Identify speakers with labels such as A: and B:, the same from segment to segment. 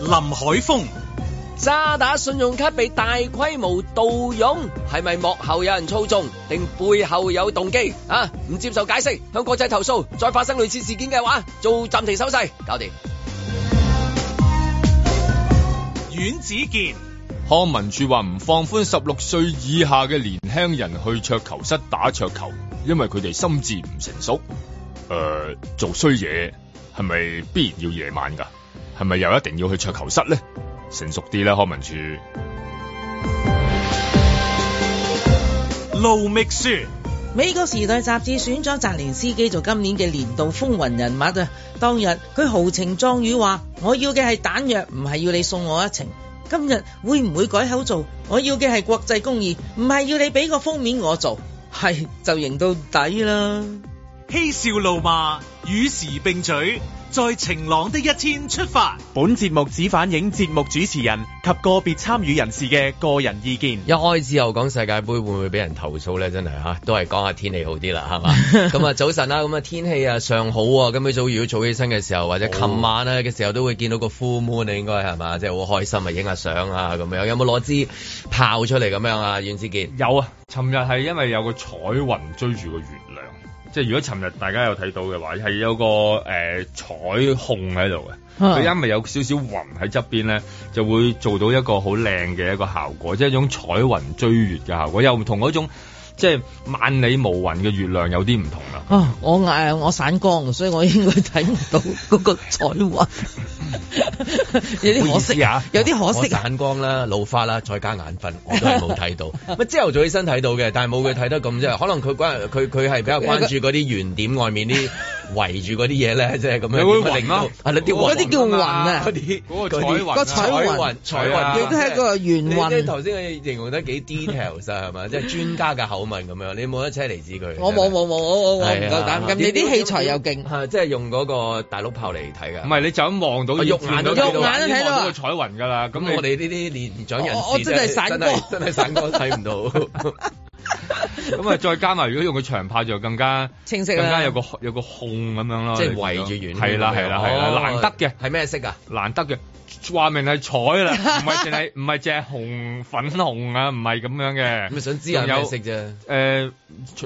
A: 林海峰。
B: 渣打信用卡被大規模盜用，係咪幕後有人操縱，定背後有動機啊？唔接受解釋，向國際投訴，再發生類似事件嘅話，做暫停手勢，搞掂。
A: 阮子健，
C: 康文署話唔放寬十六歲以下嘅年輕人去桌球室打桌球，因為佢哋心智唔成熟。誒、呃，做衰嘢係咪必然要夜晚㗎？係咪又一定要去桌球室咧？成熟啲啦，康文署。
A: 盧覓雪。
D: 美國時代雜誌選咗澤連斯基做今年嘅年度風雲人物啊！當日佢豪情壯語話：我要嘅係彈藥，唔係要你送我一程。今日會唔會改口做？我要嘅係國際公義，唔係要你俾個封面我做。係 就型到底啦！
A: 嬉笑怒罵，與時並舉，在晴朗的一天出發。
E: 本節目只反映節目主持人及個別參與人士嘅個人意見。
F: 一開始又講世界盃會唔會俾人投訴咧？真係嚇，都係講下天氣好啲啦，係嘛？咁啊早晨啦，咁啊天氣啊尚好啊，咁早如果早起身嘅時候，或者琴晚咧嘅時候都會見到個 full moon 啊，應該係嘛？即係好開心啊，影下相啊咁樣。有冇攞支炮出嚟咁樣啊？阮子健
C: 有啊，尋日係因為有個彩雲追住個月亮，即係如果尋日大家有睇到嘅話，係有個誒、呃、彩虹喺度嘅。
D: 啊
C: 佢因為有少少雲喺側邊咧，就會做到一個好靚嘅一個效果，即係一種彩雲追月嘅效果，又唔同嗰種即係萬里無雲嘅月亮有啲唔同啦。
D: 啊！我誒我散光，所以我應該睇唔到嗰個彩 雲，有啲可惜啊，有啲可惜啊。
F: 眼光啦、老花啦，再加眼瞓，我都係冇睇 到。咪朝頭早起身睇到嘅，但係冇佢睇得咁啫。可能佢關佢佢係比較關注嗰啲圓點外面啲圍住嗰啲嘢咧，即係咁樣。
C: 有啲雲咯，
F: 係啦，啲雲
D: 嗰啲叫雲啊
F: 嗰啲
C: 嗰個彩雲
D: 個彩雲
F: 彩
C: 係啊
F: 雲，
D: 亦都係一個圓
F: 你即係
D: 雲。
F: 頭先佢形容得幾 details 啊，係嘛？即係專家嘅口吻咁樣，你冇得車厘子佢。
D: 我冇冇冇，我我我唔
F: 係
D: 夠
F: 啊
D: 膽。咁你啲器材又勁，
F: 係即係用嗰個大陸炮嚟睇㗎。
C: 唔係你就咁望到，
F: 我肉眼都
C: 見
D: 啊肉眼都睇到啊
C: 已經望個彩雲㗎啦。咁
F: 咁
C: 你
F: 我哋呢啲年長人士
D: 我我真係散光
F: 真係真係散光睇唔到。
C: 咁啊，再加埋如果用個長炮就更加
D: 清晰
C: 更加
D: 啦
C: 有。個有個控咁樣咯，
F: 即係圍住圓圈咁樣。
C: 係啦係啦係啦，
F: 哦
C: 難得嘅
F: 係咩色 啊？
C: 難得嘅。話明係彩啦， 唔係淨係唔係淨係紅粉紅啊，唔係咁樣嘅。
F: 咁啊想知係咩色啫？
C: 誒、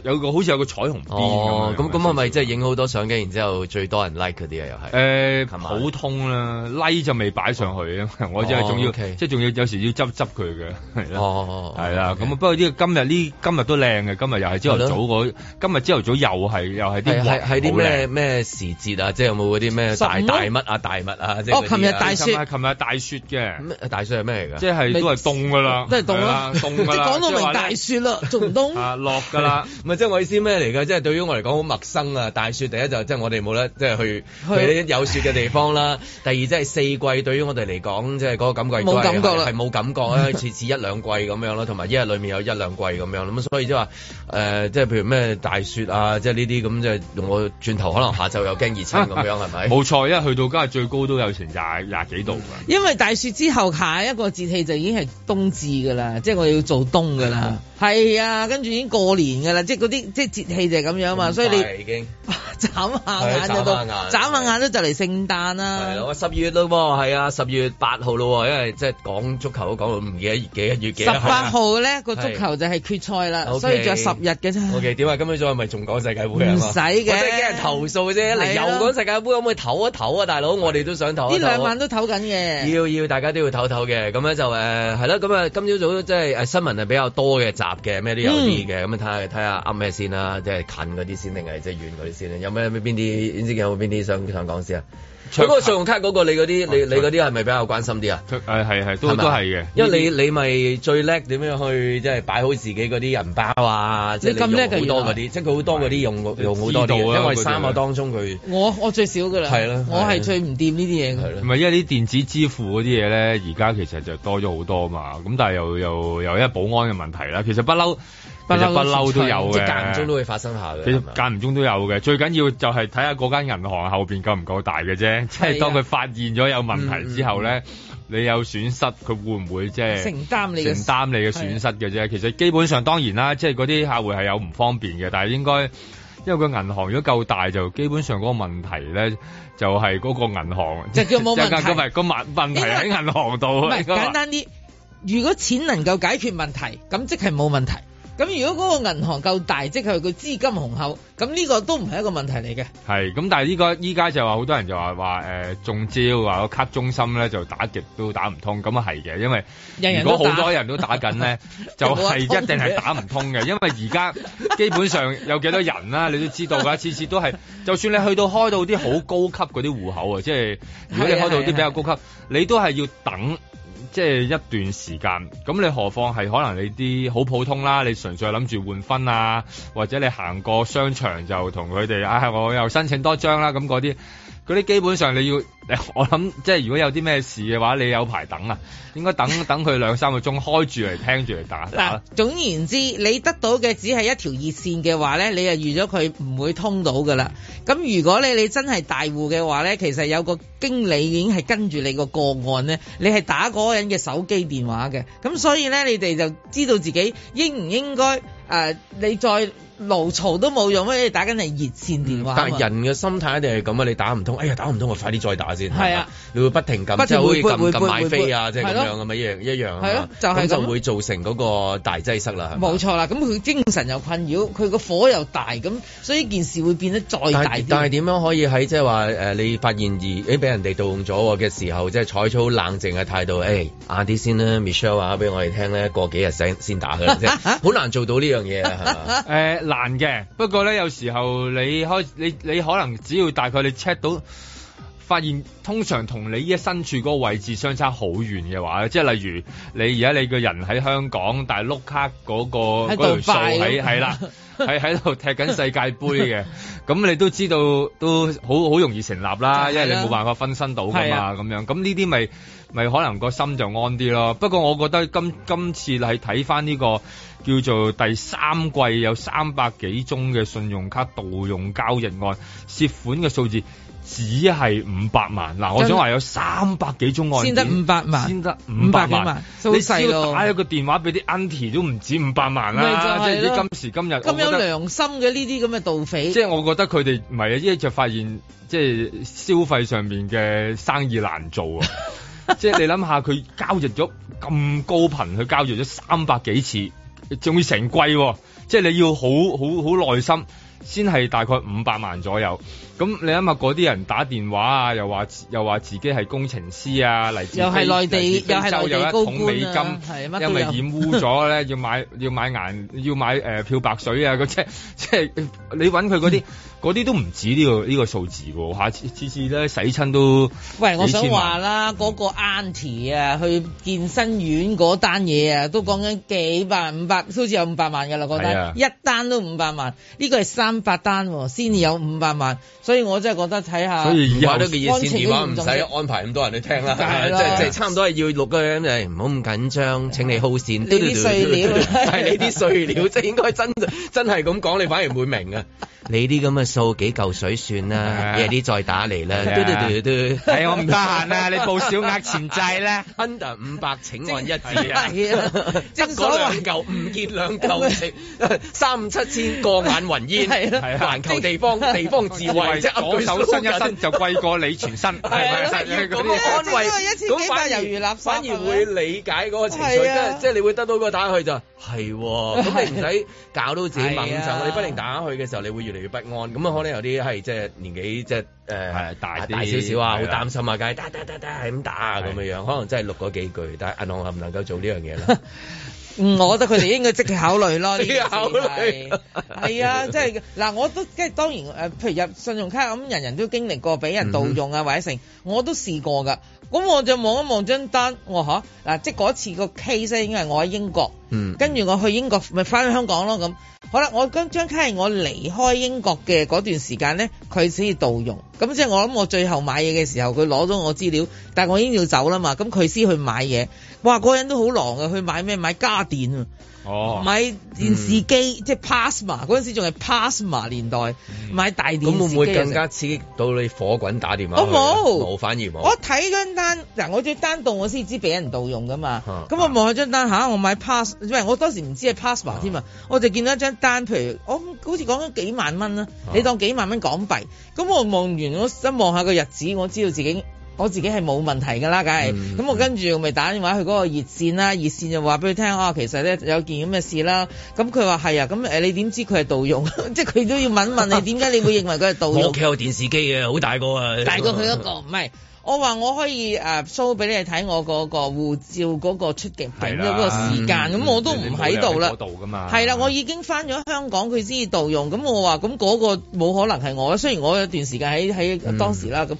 C: 有個好似有個彩虹邊
F: 哦
C: 咁樣，
F: 咁咁係咪即係影好多相機，然之後最多人 like 嗰啲啊？又係。
C: 誒
F: 琴晚
C: 普通啦，like 就未擺上去，因為我真係仲
F: 哦
C: 要
F: ，OK
C: 即係仲要有時要執執佢嘅，係啦，
F: 哦，
C: 係啦。咁啊，不
F: OK
C: 過呢個今日呢今日都靚嘅，今日又係朝頭早嗰，今日朝頭早又係又係啲
F: 係係
C: 雲
F: 係啲
C: 好
F: 咩
C: 靚？
F: 咩時節啊？即係有冇嗰啲咩
D: 十五
F: 大大乜啊大乜啊？即係
D: 哦
F: 嗰啲啊
D: 琴日大雪
C: 琴日琴日大雪嘅，
F: 咩大雪係咩嚟㗎？
C: 即係都係凍㗎
F: 啊
C: 啦，
D: 都係凍啦
C: 啦，，凍
D: 即
C: 㗎
D: 係
C: 啦，
D: 講到
C: 即係
D: 明
C: 話
D: 大
C: 咧
D: 雪啦，仲唔凍？
F: 嗯
C: 啊落㗎啦。
F: 唔係即係我意思咩嚟㗎？即係對於我嚟講好陌生啊！大雪第一就即係我哋冇得即係去去啲有雪嘅地方啦。 第二即係四季對於我哋嚟講，即係嗰個感覺亦都係
D: 冇感覺啦
F: 係冇感覺 啊，似似一兩季咁樣咯，同埋一日裡面有一兩季咁樣咁，所以即係話誒，即係譬如咩大雪啊，即係呢啲咁即係我轉頭可能下晝又驚熱親咁樣係咪？
C: 啊冇錯，因為去到今日最高都有成廿廿幾度
F: 嗯
C: 㗎。
D: 因為大雪之後，下一個節氣就已經係冬至㗎啦，即係我要做冬㗎
F: 嗯
D: 啦。係啊，跟住已經過年㗎啦，即係嗰啲即係節氣就係咁樣嘛，啊所以你
F: 快啊已經。
D: 眨下眼
F: 係
D: 就
F: 眨下
D: 到，
F: 眼
D: 眨下眼都就嚟聖誕
F: 係
D: 啦。
F: 咯，十二月咯喎，係啊，十二月八號咯喎，因為即係講足球都講到唔記得幾多月幾啊多
D: 十
F: 號
D: 八號咧個足球就係決賽啦，
F: 係
D: 所以仲有十日嘅啫。
F: O K，點啊？今朝早係咪仲講世界盃啊？
D: 唔使嘅
F: 我真係驚人投訴啫。嚟
D: 係
F: 又
D: 咯
F: 講世界盃，可唔可以唞一唞啊，大佬？我哋都想唞一唞啊。
D: 呢兩晚都唞緊嘅，
F: 要要，大家都要唞唞嘅，咁咧就誒係啦，咁啊今朝早即係誒新聞係比較多嘅集嘅，咩都有啲
D: 嗯
F: 嘅，咁啊睇下睇下噏咩先啦，即係近嗰啲先定係即係遠嗰啲先啦，有咩咩邊啲？尹志有冇邊啲想想講先啊？嗰個信用卡嗰個你嗰啲
D: 哦
F: 你你嗰啲係咪比較關心啲啊？
C: 誒係係都
F: 係咪
C: 都係嘅，
F: 因為你你咪最叻點樣去即係擺好自己嗰啲銀包啊，即係
D: 你咁叻嘅
F: 用好多嗰啲，即係佢好多嗰啲用用好多啲
C: 知道
F: 嘢，
C: 啊
F: 因為
C: 嗰啲
F: 三個當中佢
D: 我我最少㗎啦，
F: 係啦
D: 我
F: 係
D: 係
F: 啦
D: 最唔掂呢啲嘢㗎。
F: 係
C: 唔
F: 咯。
C: 係因為啲電子支付嗰啲嘢咧，而家其實就多咗好多嘛。咁但係又又又因為保安嘅問題啦，其實不嬲，
D: 不
C: 其
D: 嬲
C: 實不啊嬲都有
F: 即係間唔中都
C: 嘅。
F: 會發生下嘅，
C: 其
F: 係
C: 實
F: 咪啊
C: 間唔中都有嘅，最緊要就係睇下嗰間銀行後邊夠唔夠大嘅啫。即
D: 係啊
C: 係當佢發現咗有問題之
F: 嗯
C: 後咧，你有損失，佢會唔會即係
D: 承擔你嘅
C: 承擔你嘅損失嘅啫？其實基本上當然啦，即係嗰啲客户係有唔方便嘅，但係應該因為個銀行如果夠大，就基本上嗰個問題咧就係嗰個銀行，
D: 就叫 冇問題
C: 唔係個問問題喺銀行度，
D: 唔係
C: 應該話
D: 簡單啲，如果錢能夠解決問題，咁即係冇問題。咁如果嗰個銀行夠大，即係佢資金雄厚，咁呢個都唔係一個問題嚟嘅。
C: 係咁，但係呢個依家就話好多人就話話誒中招，話個卡中心咧就打極都打唔通，咁啊係嘅，因為
D: 人人
C: 如
D: 都
C: 果
D: 打
C: 好多人都打緊 咧，就係一定係打唔通嘅，因為而家基本上有幾多人 啦、你都知道㗎，次次都係，就算你去到開到啲好高級嗰啲戶口啊，即係如果你開到啲比較高級，你都係要啊等。即係一段時間，咁你何況係可能你啲好普通啦，你純粹係諗住換分啊，或者你行過商場就同佢哋啊，我又申請多張啦，咁嗰啲嗰啲基本上你要， 我諗即係如果有啲咩事嘅話，你有排等啊，應該等等佢兩三個鐘開住嚟聽住嚟打打
F: 啊
D: 嗱
C: 啦，
D: 總言之，你得到嘅只係一條熱線嘅話咧，你就預咗佢唔會通到噶啦。咁如果咧你真係大戶嘅話咧，其實有個經理已經係跟住你個個案咧，你係打嗰個人嘅手機電話嘅。咁所以咧，你哋就知道自己應唔應該誒、呃你再勞嘈都冇用，因為你打緊係熱線電話啊嘛。
F: 嗯但係人嘅心態一定係咁啊！你打唔通，哎呀打唔通，我快啲再打先。
D: 係啊，
F: 你會不停
D: 不
F: 撳，
D: 停
F: 即係好似
D: 回
F: 撳
D: 撥
F: 撳買
D: 回撥
F: 飛啊，即係
D: 係
F: 咁
D: 咯
F: 樣咁啊，一樣一樣啊嘛
D: 係咯就係
F: 咁就
D: 咁
F: 會造成嗰個大擠塞啦。係嘛啊
D: 冇錯啦，咁佢精神又困擾，佢個火又大，咁所以件事會變得再
F: 但
D: 大
F: 係
D: 啲。
F: 但係點樣可以喺即係話誒你發現而誒俾人哋盜用咗喎嘅時候，即係採取好冷靜嘅態度，誒晏啲先啦，Michelle 話俾我哋聽咧，過幾日先先打佢啦，即係 好難做到呢樣嘢啊，係嘛？
C: 誒、難呃嘅，不過咧有時候你開你你可能只要大概你 check 到。發現通常同你依家身處嗰個位置相差好遠嘅話咧，即係例如你而家你個人喺香港，但係碌卡嗰、個
D: 喺
C: 嗰條
D: 杜拜
C: 數喺
D: 咁
C: 係啦，係喺度踢緊世界盃嘅，咁你都知道都好好容易成立啦，因為你冇辦法分身到㗎
E: 係
C: 嘛，
E: 啊
C: 咁樣咁呢啲咪咪可能個心就安啲咯。不過我覺得今今次係睇翻呢個。叫做第三季有三百幾宗嘅信用卡盜用交易案，涉款嘅數字只係五百萬。嗱，我
D: 真
C: 想話有三百幾宗案件
D: 先得500萬
C: 先得五百
D: 500幾
C: 萬
D: 萬。
C: 你
D: 好
C: 只
D: 細
C: 要
D: 咯
C: 打一個電話俾啲 auntie 都唔止五百萬啦，
D: 咪
C: 即
D: 就係
C: 係
D: 咯
C: 今時今日，我
D: 咁
C: 覺
D: 有
C: 得
D: 良心嘅呢啲咁嘅盜匪，
C: 即係我覺得佢哋唔係啊，依家就發現即係消費上面嘅生意難做啊。 即係你諗下，佢交易咗咁高頻，佢交易咗三百幾次，仲要成季喎、即係你要好好好耐心，先係大概五百萬左右。咁你諗下嗰啲人打電話啊，又話又話自己係工程師啊，嚟自
D: 又係
C: 非
D: 內地
C: 嚟自非洲
D: 又係內地
C: 有一
D: 高
C: 桶
D: 官啊
C: 美金，
D: 係乜都有
C: 因為染污咗咧， 要買要買顏要買誒、呃漂白水啊，嗰即係即係你揾佢嗰啲嗰啲都唔止呢、個呢、個數字喎，下次次次咧洗親都
D: 喂，我想
C: 幾千萬
D: 話啦，嗰、個 auntie 啊，去健身院嗰單嘢啊，都講緊幾百五百，好似有五百萬㗎啦，嗰
C: 係啊
D: 單一單都五百萬，呢個係三百單喎先至有五百萬，所以我真係覺得睇下
C: 所以以後
F: 買到嘅熱線電啊話唔使安排咁多人去聽啦，
D: 梗係啦
F: 即係即係差唔多係要錄嘅咁誒，唔好咁緊張，請你好善。你
D: 你啲碎料
F: 係你啲碎料，即係應該真真係咁講，你反而唔會明 啊！你啲咁嘅數幾嚿水算啦，夜啲再打嚟 啦。嘟嘟嘟嘟
C: 係我唔得閒啊！你報小額前債咧，
F: ，under 五百請按一字啊！
D: 係啊
F: 得
D: 正所
F: 嗰兩
D: 謂
F: 嚿唔見兩 嚿，三五七千過眼雲煙，
D: 係啦
C: 係啊
F: 環球地方地方智慧，即係
C: 左手伸一伸就貴過你全身，係
F: 係
C: 咪
F: 啊
C: 係咪
F: 咁
C: 嗰
F: 樣
C: 啲
F: 安慰，
D: 即係一千幾
F: 咁反
D: 百
F: 而
D: 猶如垃圾啊
F: 反而會理解嗰個情緒，即
D: 係啊
F: 係即係你會得到個打去就係 喎，咁你唔使搞到自己掹
D: 係
F: 就
D: 啊，
F: 你不停打去嘅時候，你會越嚟越不安。咁啊，可能有啲係即係年紀即係誒
C: 係大啲
F: 大少少啊，好
C: 係啦
F: 擔心啊，梗係打打打打係咁打啊咁樣樣，可能真係錄嗰幾句，但係銀啊行能唔能夠做呢樣嘢咧？
D: 嗯，我覺得佢哋應該即刻考 慮咯，呢件事
F: 即刻考慮
D: 係係啊，即係嗱，我都即係當然誒，譬如入信用卡咁，人人都經歷過俾人盜用啊或者成，我都試過㗎。咁我就望一望張單，我嚇嗱，即係嗰次個 case 咧，應該係我喺英國，
F: 嗯
D: 跟住我去英國咪翻香港咯咁。好啦，我張張卡係我離開英國嘅嗰段時間咧，佢先至盜用。咁即係我諗我最後買嘢嘅時候，佢攞咗我資料，但係我已經要走啦嘛，咁佢先去買嘢。哇！嗰個人都好狼啊，去買咩？買家電啊！
C: 哦
D: 買電視
F: 嗯
D: 機，即係 Pasma 嗰陣時仲係 Pasma 年代，買大電視機
F: 咁會唔會
D: 嘅時
F: 更
D: 候
F: 加刺激到你火滾打電話
D: 我
F: 去呢？啊
D: 冇
F: 冇反而冇
D: 我。睇張單嗱，我張單到我先知俾人盜用噶嘛。
F: 啊
D: 咁我望下張單嚇，我買 pass，因為我當時唔知係 password 添啊，我就見到一張單，譬如我好似講緊幾萬蚊啦
F: 啊，
D: 你當幾萬蚊港幣。咁我望完我一望下個日子，我知道自己。我自己係冇問題㗎啦，梗係。
F: 嗯
D: 咁、我跟住咪打電話去嗰個熱線啦，熱線就話俾佢聽啊，其實咧有件咁嘅事啦。咁佢話係啊，咁誒你點知佢係盜用？ 即係佢都要問問你點解你會認為佢係盜
F: 我
D: 用
F: 屋企？有電視機嘅，好大個 啊！
D: 大過佢嗰、個，唔係。我話我可以誒 show 俾你睇我嗰個護照嗰個出境
C: 係
D: 境
C: 啦
D: 嗰個時間，咁我都唔喺度啦
C: 嗰。度噶嘛，
D: 係啦，我已經翻咗香港，佢先至盜用。咁我話咁嗰個冇可能係我啦，雖然我有段時間喺喺當時啦，咁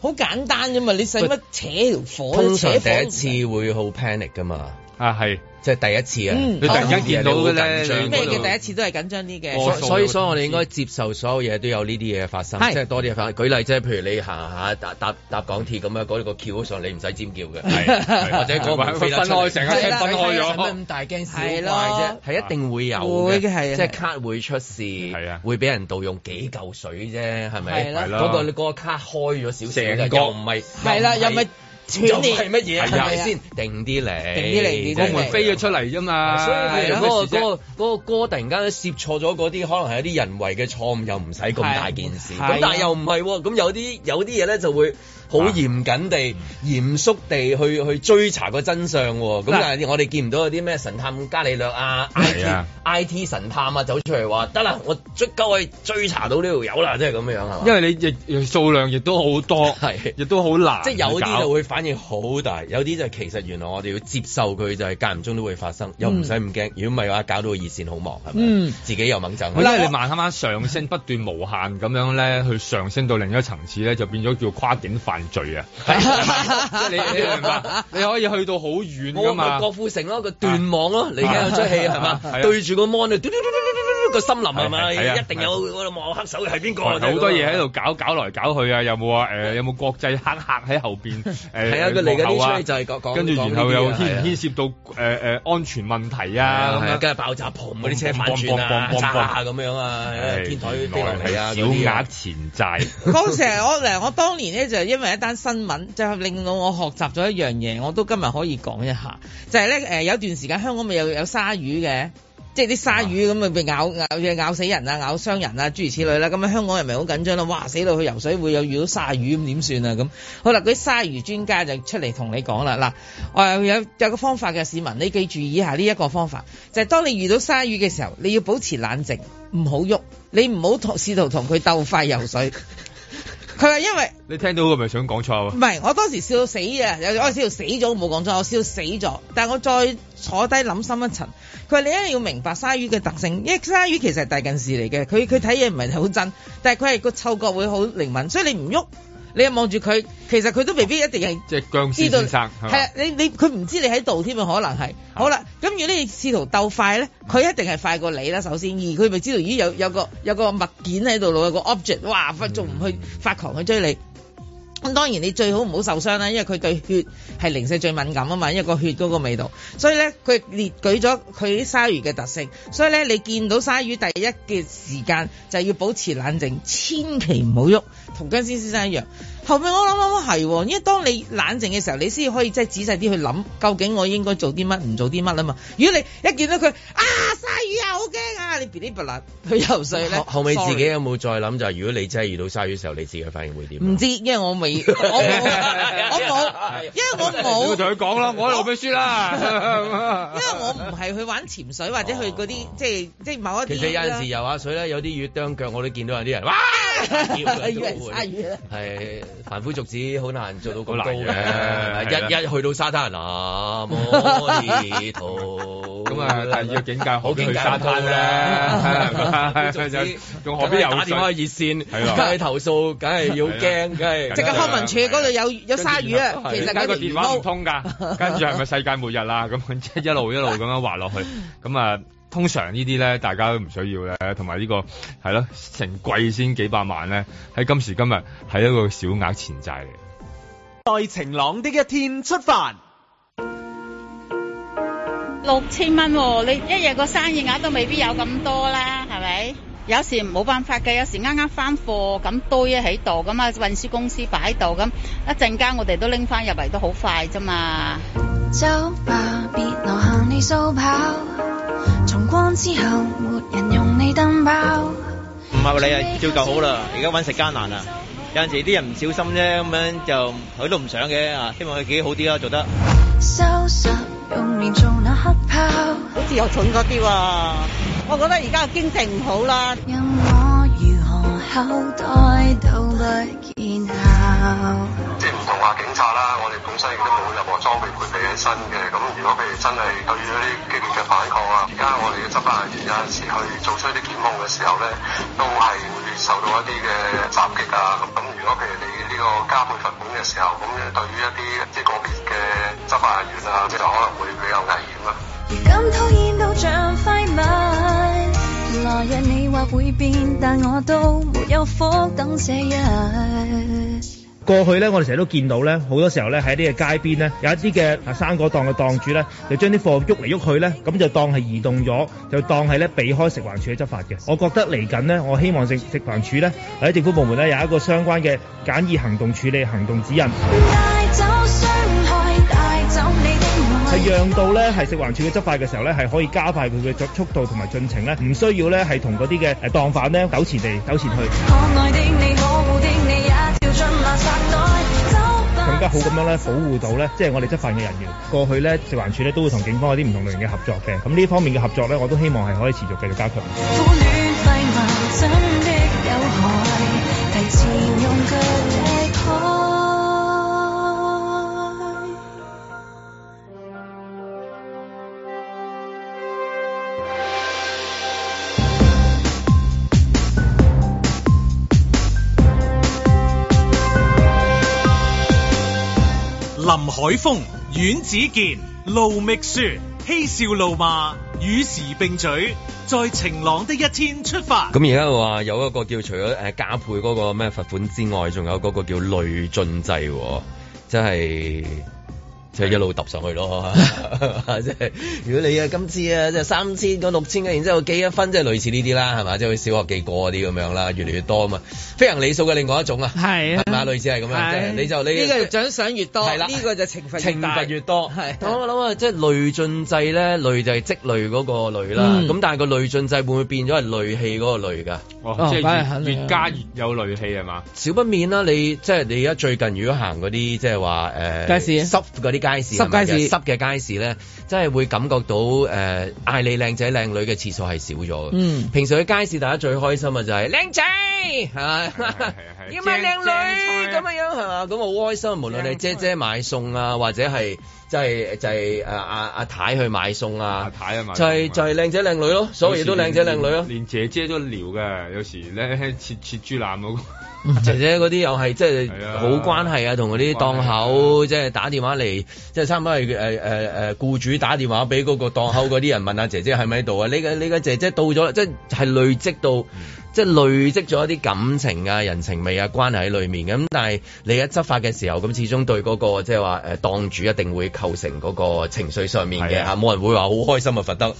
D: 好簡單啫嘛，你使乜扯條火？
F: 通常
D: 扯火
F: 第一次會好 panic 噶嘛，
C: 啊係，
F: 即係第一次啊！
D: 嗯
C: 你突然間見到嘅咧
F: 你好緊張
C: 你
F: 㗎
D: 咩
C: 嗰
D: 嘅
C: 度
D: 第一次都係緊張啲嘅。
C: 我
F: 所所以所以我哋應該接受所有嘢都有呢啲嘢發生，
D: 係
F: 即係多啲嘢發生。舉例即係譬如你行下搭搭搭港鐵咁樣，嗰個橋上你唔使尖叫嘅，
C: 係
F: 或者嗰個門
C: 分
F: 飛得出嚟
C: 開成架車分開
F: 使乜
C: 咗。
F: 咁大驚小怪
D: 係啊
F: 啫
D: 咯？
F: 係一定會有
D: 會嘅係啊
F: 即係卡會出事，係
C: 啊
F: 會俾人盜用幾嚿水啫，係咪？
D: 係啦
C: 係啦
F: 嗰個嗰個卡開咗少少啫，
C: 成個
F: 又唔係
D: 係啦，又咪斷裂
F: 又唔係乜嘢，係
C: 係啊
F: 咪先？定啲嚟，
D: 定啲嚟定啲嚟
C: 個門飛咗出嚟啫嘛，
F: 啊所以佢哋
C: 有咩
F: 嗰
C: 事
F: 個嗰
C: 啫
F: 個嗰個歌突然間攝錯咗嗰啲，可能係一啲人為嘅錯誤，又唔使咁大件事。
D: 係
F: 咁
D: 係
F: 但係又唔係喎，咁有啲有啲嘢咧就會好嚴謹地、嚴肅地去去追查個真相喎。咁
D: 嗱
F: 但係我哋見唔到有啲咩神探伽利略啊、
C: 係啊
F: I T I T 神探啊走出嚟話得啦，我足夠去追查到呢條友啦，即係咁樣係嘛？
C: 因為你亦數量亦都好 多
F: 係，
C: 亦都好啊難
F: 即
C: 搞，
F: 係有啲就會反應好大，有啲就其實原來我哋要接受佢，就係間唔中都會發生，又唔
C: 嗯
F: 使咁驚。如果唔係嘅話，搞到個熱線好忙，係咪？
D: 嗯
F: 自己又掹震。
C: 因為你慢慢上升，不斷無限咁樣咧，去上升到另一個層次咧，就變咗叫跨境犯 罪啊！即係你你明白？你可以去到好遠
F: 我
C: 噶
F: 咪
C: 嘛？啊
F: 郭富城咯，個斷網咯，你而家有出戲係嘛
C: 係啊？
F: 對住個 mon 嘟嘟嘟嘟嘟嘟個森林係嘛？
C: 係係啊
F: 一定有個幕黑手係邊個？
C: 好多嘢喺度搞搞來搞去啊！有冇啊？誒，有冇國際黑客喺後 邊？誒，
F: 係啊，佢嚟緊
C: 幕後
F: 啲
C: 啊
F: 出戲就係講講
C: 跟住
F: 講呢
C: 然後
F: 啲
C: 又
F: 啊係
C: 牽
F: 啊
C: 牽涉到誒誒安全問題
F: 係啊
C: 啊
F: 係啊
C: 咁樣。
F: 跟住爆炸棚嗰啲車反轉啊，
C: 砰砰砰砰砰砰
F: 炸下咁樣啊，天台飛落嚟啊，
C: 小
F: 嗰啲啊
C: 額錢債，
D: 嗰時候我嗱，我當年咧就因為一單新聞，就令到我學習咗一樣嘢，我都今日可以講一下，就係咧誒有段時間香港咪有有鯊魚嘅。即係啲鯊魚咁咪被咬咬咬死人啊，咬傷人啊，諸如此類啦。咁啊，香港人咪好緊張咯。哇，死到去游水會有遇到鯊魚咁點算啊？咁好啦，嗰啲鯊魚專家就出嚟同你講啦。嗱，誒有有個方法嘅市民，你記住以下呢一個方法，就係、當你遇到鯊魚嘅時候，你要保持冷靜，唔好喐，你唔好同試圖同佢鬥快游水。佢話因為
C: 你聽到佢咪想講錯啊
D: 唔？係，我當時笑到死啊！有我笑到死咗，我冇講錯，我笑到死咗。但係我再坐低諗深一層，佢話你一定要明白鯊魚嘅特性，因為鯊魚其實係大近視嚟嘅，佢佢睇嘢唔係好真，但係佢係個嗅覺會好靈敏，所以你唔喐，你又望住佢，其實佢都未必一定係。
C: 即係僵屍
D: 知道
C: 先生係嘛
D: 係啊，你你佢唔知你喺度添啊，可能係。好啦，咁如果你試圖鬥快咧，佢一定係快過你啦。首先，二佢咪知道咦有有個有個物件喺度咯，有個 object，哇，
C: 嗯
D: 仲唔去發狂去追你？咁當然你最好唔好受傷啦，因為佢對血係零舍最敏感啊嘛，因為個血嗰個味道，所以咧佢列舉咗佢啲鯊魚嘅特性，所以咧你見到鯊魚第一嘅時間就係要保持冷靜，千祈唔好喐，同僵屍先生一樣。後尾我諗諗係喎，因為當你冷靜嘅時候，你先可以即係仔細啲去諗，究竟我應該做啲乜，唔做啲乜啊嘛。如果你一見到佢啊鯊魚啊，好驚啊，你噼哩啪啦去游水咧，
F: 後後尾自己
D: sorry
F: 有冇再諗就係如果你真係遇到鯊魚嘅時候，你自己嘅反應會點啊？
D: 唔知，因為我未，我冇，我冇，因為我冇
C: 你。同佢講啦，啊我喺度俾輸 啦。
D: 因為我唔係去玩潛水或者去嗰啲即係即係某一啲啦。
F: 其實有陣時游下水咧，有啲魚啄腳，我都見到有啲人哇！
D: 以為鯊魚啦。
F: 係凡夫俗子好難做到咁高
C: 好
F: 嘅，
C: 難嘅
F: 一一去到沙灘啊，摩尼圖
C: 咁啊，但係要境界
F: 好
C: 何必去沙灘
F: 境界
C: 咧？
F: 好
C: 就仲何必游
F: 啊打電話
C: 水？
F: 去熱線，
C: 係啦
F: 梗係投訴，梗係要驚，梗係啊
D: 即係康文署嗰度有有鯊魚啊，其
C: 點
D: 實
C: 解
D: 佢
C: 個
D: 哋
C: 電話唔
D: 唔撈
C: 通 㗎？跟住係咪世界末日啦？咁樣即係一路一路咁樣滑落去。咁啊，通常呢啲咧，大家都唔需要咧，同埋呢個係咯，成貴先幾百萬咧，喺今時今日係一個小額錢債嚟。
E: 在晴朗的一天出發。
G: 六千蚊喎，你一日個生意額都未必有咁多啦，係咪？有時冇辦法嘅，有時啱啱翻貨咁堆喺度，咁啊運輸公司擺喺度，咁一陣間我哋都拎翻入嚟都好快啫嘛。
H: 走吧，別留下你掃跑。重光之後，沒人用你燈泡。
I: 唔係你啊，照舊好啦，而家揾食艱難啊！有陣時啲人唔小心啫，咁樣就佢都唔想嘅啊！希望佢自己好啲啦，做得。
H: 收拾用面做那黑豹。
J: 好似又蠢嗰啲喎。我覺得而家經濟唔好啦，
H: 任我如何口袋都不見效。
K: 即係唔同話警察啦，我哋本身亦都冇任何裝備配備喺身嘅。咁如果譬如真係對於啲激烈嘅反抗啊，而家我哋嘅執法人員有陣時去做出一啲檢控嘅時候咧，都係會受到一啲嘅襲擊啊。咁咁如果譬如你呢個加倍罰款嘅時候，咁對於一啲即係個別嘅執法人員啊，即係可能會比較危險啊啦。
H: 如今討厭到像廢物，來日你或會變，但我都沒有福等這一日。
L: 過去咧，我哋成日都見到咧，好多時候咧喺呢個街邊咧，有一啲嘅啊生果檔嘅檔主咧，就將啲貨喐嚟喐去咧，咁就當係移動咗，就當係咧避開食環署嘅執法嘅。我覺得嚟緊呢，我希望食食環署咧或者政府部門咧有一個相關嘅簡易行動處理行動指引。
H: 帶走傷害，帶走你的愛。
L: 係讓到咧係食環署嘅執法嘅時候咧，係可以加快佢嘅速速度同埋進程咧，唔需要咧係同嗰啲嘅誒檔販咧糾纏地糾纏去。
H: 可愛的你，可惡的你，也跳進垃圾袋。走吧
L: 更加好咁樣咧，保護到咧，即係我哋執法嘅人員。過去咧，食環署咧都會同警方有啲唔同類型嘅合作嘅。咁呢方面嘅合作咧，我都希望係可以持續繼續加強。
H: 苦戀廢物真的有害，提前用腳踢開。
M: 林海峰、阮子健、路觅雪，嬉笑怒罵，與時並舉，在晴朗的一天出發。
F: 咁而家話有一個叫除咗誒加倍嗰個咩罰款之外，仲有嗰個叫累進制喎，即係。就一路揼上去咯， 即係如果你啊今次啊即係三千個六千嘅，然之後記一分，即係類似呢啲啦，係嘛？即係小學記過嗰啲咁樣啦，越嚟越多啊嘛。飛行里數嘅另外一種啊，
D: 係啊
F: 係嘛？類似係咁樣，即係你就你
D: 呢個獎賞越多，
F: 係啦
D: 呢個就懲罰
F: 懲
D: 越大
F: 罰越多，
D: 係
F: 但我諗啊，即係累進制咧，累就係積累嗰個累啦。
D: 嗯
F: 咁但係個累進制會唔會變咗係累氣嗰個累㗎？
C: 哦
D: 哦，
C: 即
D: 梗係肯
C: 係越
D: 定
C: 越
D: 啦
C: 加越有戾氣係嘛？
F: 少不免啦，你即係你而家最近如果行嗰啲即係話誒
D: 街市
F: 濕嗰啲街市，
D: 濕街市
F: 係咪濕嘅街市咧，真係會感覺到呃誒嗌、你靚仔靚女嘅次數係少咗嘅。
D: 嗯
F: 平時去街市，大家最開心啊就係靚仔係嘛
C: 係，
F: 要買靚
C: 正正菜
F: 女
C: 啊
F: 咁樣樣係嘛，咁好開心。無論你姐姐買餸啊，或者係即係就係誒阿阿太去買餸
C: 阿
F: 啊，
C: 太啊嘛，
F: 就係就係靚仔靚女咯，所有嘢都靚仔靚女啊
C: 有時
F: 咯
C: 連。連姐姐都撩嘅，有時咧 切切豬腩啊嗰個。
F: 姐姐嗰啲又係即係
C: 係啊
F: 好關係啊，同嗰啲檔口即係打電話嚟，即係差唔多係誒誒誒僱主打電話俾嗰個檔口嗰啲人問下姐姐係咪喺度啊？你嘅你嘅姐姐到咗啦，即係係累積到。即係累積咗一啲感情啊、人情味啊、關係喺裏面嘅咁，但係你喺執法嘅時候，咁始終對嗰、個即係話誒檔主一定會構成嗰個情緒上面嘅
C: 係
F: 嚇，
C: 啊
F: 冇人會話好開心啊罰得。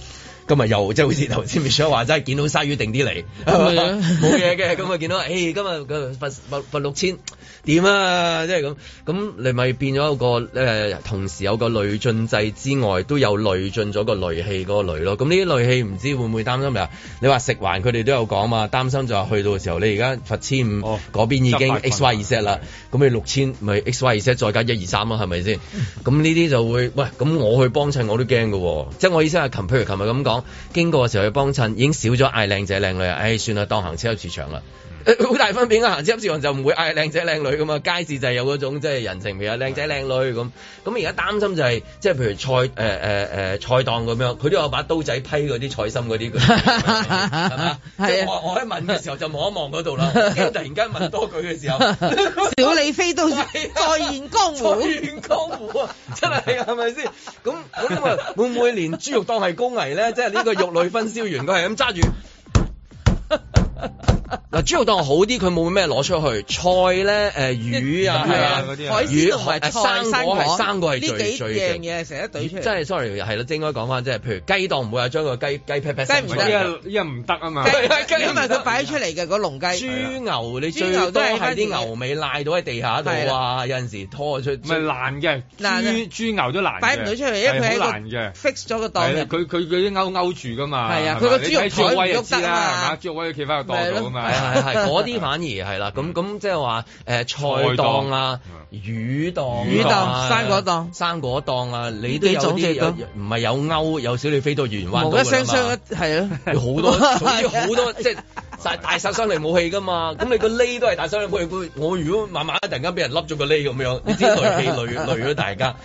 F: 今日又即係好似頭先 Michelle 話齋，見到鯊魚定啲嚟，
D: 係啊
F: 冇嘢嘅。咁啊見到，誒今日嘅罰罰罰六千點啊，即係咁。咁你咪變咗一個誒、呃同時有個累進制之外，都有累進咗個累氣嗰個累咯。咁呢啲累氣唔知會唔會擔心嗱？你話食環佢哋都有講嘛，擔心就係去到嘅時候，你而家罰千五
C: 哦
F: 嗰邊已經
C: 執法
F: X Y
C: 困
F: Z
C: 難
F: 啦，咁你六千咪 X Y Z 再加一二三啦，係咪先？
C: 嗯
F: 咁呢啲就會喂，咁我去幫襯我都驚嘅喎，即係我意思係，琴譬如琴日咁講，經過嘅時候去幫襯，已經少咗嗌靚仔靚女啊，唉，算啦，當行車入市場啦。誒好大分別啊！ 行超級市場就唔會嗌靚仔靚女噶嘛，街市就係有嗰種即係人情味啊，靚仔靚女咁。咁而家擔心就係、即係譬如菜誒誒誒菜檔咁樣，佢都有把刀仔批嗰啲菜心嗰啲，係嘛？即
D: 係
F: 係
D: 啊
F: 我我喺問嘅時候就望一望嗰度啦，驚突然間問多句嘅時候。
D: 小李飛刀
F: 再
D: 現江
F: 菜園江湖啊，真係係咪先？咁咁啊，會唔會連豬肉當係高危咧？即係呢個肉類分銷員，佢係咁揸住。嗱，豬肉檔好啲，佢冇咩攞出去。菜咧，誒魚啊，
D: 係
F: 係
D: 啊
F: 啊，
D: 海鮮
F: 魚
D: 同
F: 係
D: 埋菜
F: 生果係生果係
D: 呢
F: 最
D: 幾
F: 最
D: 樣
F: 勁。
D: 嘢成日對出嚟。
F: 真係 sorry，係啦，即係應該講翻，即係譬如雞檔唔會話將個雞雞 pat pat
D: 雞唔得
C: 呢個呢個唔得啊嘛。
D: 因為佢擺出嚟嘅嗰籠雞，
F: 豬牛你
D: 豬
F: 最
D: 牛
F: 多
D: 都係
F: 係啲牛尾賴到喺地下度
D: 係
F: 啊，有陣時拖出。唔
C: 係難嘅，
D: 難啊
C: 豬豬牛都難嘅，
D: 擺唔到出嚟，因為佢
C: 係
D: 喺
C: 好
D: 個
C: 難嘅。
D: fix 咗個檔
C: 係啊
D: 入
C: 佢佢佢啲勾勾住噶嘛，
D: 係啊
C: 係嘛
D: 佢個
C: 你
D: 豬肉
C: 睇豬肉威
D: 台唔
C: 就
D: 喐得
C: 知
D: 啊嘛
C: 啦，係嘛？豬肉威企翻個檔度啊嘛，
F: 係係係， 嗰啲反而係啦。咁咁即係話誒嗯菜檔啊、魚檔、
D: 魚檔生果
F: 檔、生果檔啊，你都
D: 呢幾
F: 有
D: 種
F: 啲
D: 最
F: 有
D: 多
F: 唔係有鈎有小鳥飛到圓彎
D: 無
F: 到㗎啦
D: 一聲
F: 嘛
D: 傷一係啊 咯，
F: 有好多， 總之好多即係大大殺傷力武器㗎嘛。咁你個呢都係大殺傷力武器。我如果慢慢突然間俾人笠咗個呢咁樣，你知累氣累累咗大家。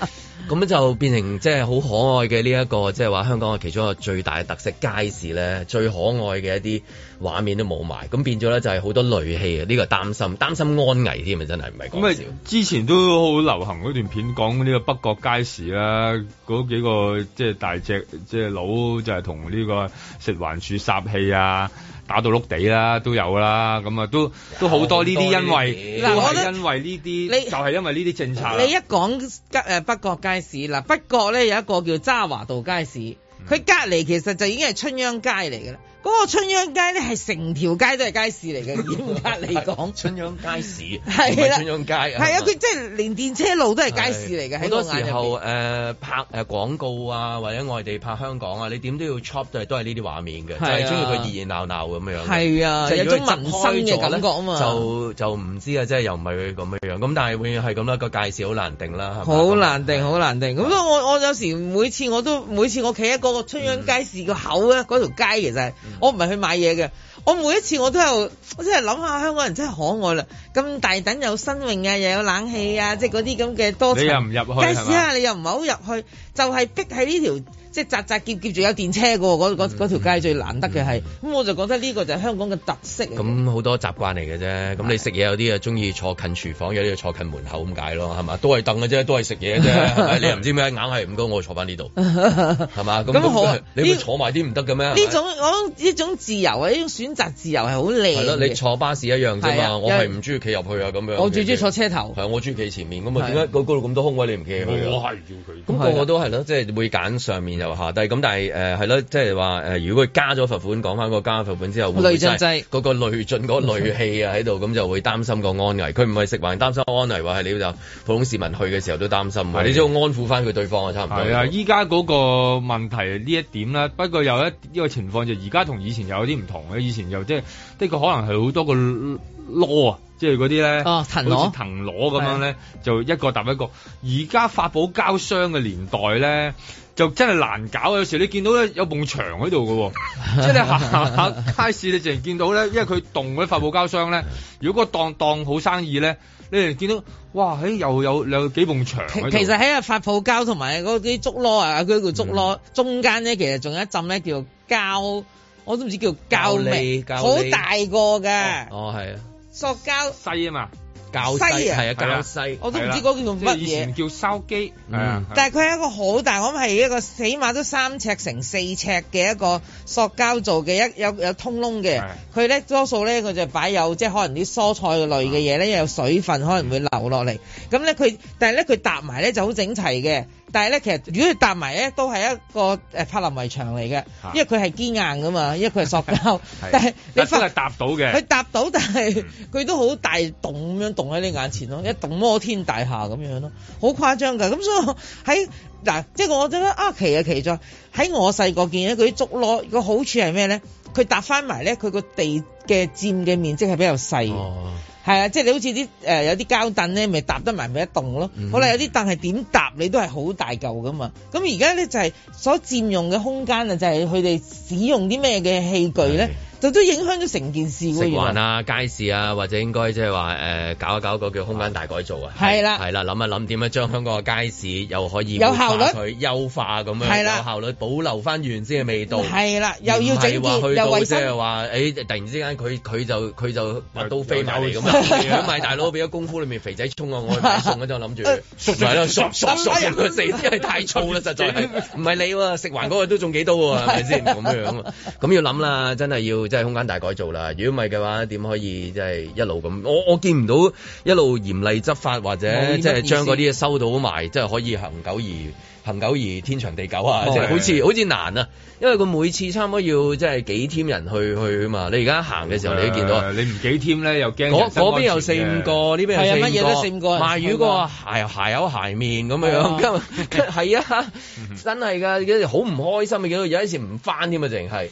F: 咁就變成即係好可愛嘅呢一個，即係話香港嘅其中一個最大嘅特色街市咧，最可愛嘅一啲畫面都冇埋，咁變咗咧就係好多戾氣啊！呢個擔心，擔心安危添啊，真係唔係講
C: 咁啊，之前都好流行嗰段片講呢個北角街市啦，嗰幾個即係大隻即係佬就係同呢個食環署殺氣啊，打到碌地啦，都有啦，咁啊都都好多呢啲
D: 有好多呢啲
C: 因為
D: 嘢
C: 都
D: 嗱我覺
C: 係
D: 得
C: 因為呢
D: 你
C: 啲就係因為呢啲政策啊。
D: 你一講吉誒北角街市嗱，北角咧有一個叫渣華道街市，
F: 嗯
D: 佢隔離其實就已經係春秧街嚟嘅啦。嗰、個春秧街咧係成條街都係街市嚟嘅，嚴 格嚟講。
F: 春秧街市
D: 係啦，
F: 唔係春秧街啊
D: 係啊，佢即係連電車路都係街市嚟嘅，
F: 好
D: 喺
F: 多
D: 我
F: 時
D: 眼入邊。
F: 候誒、呃拍誒、呃、廣告啊，或者外地拍香港啊，你點都要 chop 都係都係呢啲畫面嘅，
D: 係啊
F: 就係中意佢熱熱鬧鬧咁樣。
D: 係啊
F: 呃即係如果
D: 有種民生嘅感覺啊嘛
F: 執開咗呢就就唔知啊，即係又唔係咁樣樣。咁但係永遠係咁啦，個界線好難定啦，係咪
D: 好難定，好難定。咁所以我我有時每次我都每次我企喺嗰個春秧街市個口咧，嗰條街其實係
F: 嗯
D: 我唔係去買嘢嘅。我每一次我都有，我真係諗下香港人真係可愛啦！咁大等有新穎啊，又有冷氣
F: 哦
D: 啊，即係嗰啲咁嘅多層
C: 你又唔入去
D: 街市
C: 係
D: 啊，
C: 嘛
D: 你又唔好入去，就係逼喺呢條即係窄窄夾夾住有電車嘅喎，嗰
F: 嗯
D: 嗰嗰條街最難得嘅係。咁我就覺得呢個就係香港嘅特色嚟嘅。
F: 咁好多習慣嚟嘅啫，咁你食嘢有啲啊中意坐近廚房，有啲就坐近門口咁解咯，係嘛？都係凳嘅啫，都係食嘢啫，係咪？你又唔知咩，硬係唔高，我坐翻呢度，係嘛？咁
D: 咁好啊
F: 你會
D: 呢
F: 坐埋啲唔得嘅咩？係咪
D: 呢種我呢種自由啊，呢種選擇自由係好靚
F: 係咯，
D: 嘅
F: 你坐巴士一樣啫
D: 係啊
F: 嘛，我係唔中意企入去啊咁樣。
D: 我最中意坐車頭。
F: 係啊，我中意企前面咁啊，
D: 係啊
F: 點解嗰嗰度咁多空位你唔企入去啊？
C: 我係要
F: 咁
C: 佢。
F: 個個都係咯，即係會揀上面又下低。咁但係誒係咯，即係話誒，如果佢加咗罰款，講翻個加咗罰款之後，會唔會
D: 累進制
F: 真係嗰個累進嗰個累氣啊喺度，咁就會擔心個安危。佢唔係食環擔心安危，話係你就普通市民去嘅時候都擔心喎。
C: 係
F: 你都要安撫翻佢對方啊，差唔多。
C: 係啊，依家嗰個問題呢一點啦，不過有一呢個情況就而家同以前又有啲唔同嘅，以前又即係的確可能係好多個攞啊，即係嗰啲咧，
D: 哦藤籮
C: 好似藤螺咁樣咧，就一個搭一個。而家發泡膠箱嘅年代咧，就真係難搞，有時你見到咧有埲牆喺度 嘅喎，即係你行下街市你淨係見到咧，因為佢動嗰啲發泡膠箱咧，如果個檔檔好生意咧，你淨係見到哇，嘿又有有幾埲牆
D: 其
C: 喺度
D: 其實喺啊發泡膠同埋嗰啲竹籮啊，佢叫竹
F: 嗯
D: 籮，中間咧其實仲有一浸咧叫膠，我都唔知叫膠
F: 膠，
D: 咩
F: 粒膠粒
D: 好大個嘅
F: 哦，係啊，
D: 塑膠
C: 西啊嘛。
F: 教西
D: 西啊
F: 係啊，教西，
D: 我都唔知嗰個叫
C: 即係
D: 乜
C: 以
D: 嘢
C: 前。叫筲箕，
F: 嗯
C: 係啊。
D: 但係佢係一個好大，我諗係一個起碼都三尺乘四尺嘅一個塑膠做嘅一有有通窿嘅
F: 係。
D: 佢咧多數咧佢就擺有即係可能啲蔬菜類嘅嘢咧，因為有水分可能會流落嚟。咁咧佢但係咧佢搭埋咧就好整齊嘅。但係咧，其實如果佢搭埋咧，都係一個誒柏林圍牆嚟嘅，因為佢係堅硬噶嘛，因為佢係塑膠但係你
C: 但真
D: 發
C: 係搭到嘅，
D: 佢搭到，但係佢都好大洞咁樣洞喺你眼前咯，一棟摩天大廈咁樣咯，好誇張㗎。咁所以我喺嗱，即係我覺得啊，奇啊奇在喺我細個見咧，佢啲竹籮個好處係咩咧？佢搭翻埋咧，佢個地嘅佔嘅面積係比較細。
F: 哦
D: 係啊，即係你好似啲誒有啲膠凳咧，咪搭得埋咪一棟咯。
F: 嗯
D: 好啦，有啲凳係點搭你都係好大嚿噶嘛。咁而家咧就係、所佔用嘅空間啊，就係佢哋使用啲咩嘅器具咧，就都影響咗成件事喎。
F: 食
D: 原
F: 環
D: 來
F: 啊、街市啊，或者應該即係話誒搞一搞個叫空間大改造啊，
D: 係啦
F: 係啦，諗一諗點樣將香港嘅街市又可以
D: 有效率
F: 活化佢優化咁樣，
D: 係啦
F: 有效率保留翻原先嘅味道，
D: 係啦，又要整
F: 唔係話去
D: 潔又
F: 到
D: 衞
F: 即係
D: 生，
F: 話誒，突然之間佢佢就佢就把刀飛埋嚟咁
D: 又又
F: 啊！咁咪大佬俾咗功夫裏面肥仔衝啊！我去買餸嗰陣諗住，
D: 熟
F: 係啦，索索索佢死，因為太燥啦，實在係唔係你喎？食環嗰個都中幾刀喎，係咪先咁樣啊？咁要諗啦，真係要真係空間大改造啦。如果唔係嘅話，點可以即係一路咁？我我見唔到一路嚴厲執法或者
B: 冇
F: 即係
B: 乜意思
F: 將嗰啲嘢收到埋，即係可以恒久而。恒久而天長地久啊！
B: 哦
F: 即係好
B: 係
F: 似好似難啊，因為佢每次差唔多要即係幾 team 人去去嘛。你而家行嘅時候，
C: 嗯
F: 你都見到啊
C: 誒你唔幾添咧，又驚
F: 嗰嗰邊有四五個，呢邊有
C: 係啊
F: 四五個，
C: 乜嘢都四五個人
F: 賣魚嗰個鞋鞋口鞋面咁樣，咁跟 係啊，真係㗎，跟住好唔開心啊！見到有陣時唔翻添啊，淨係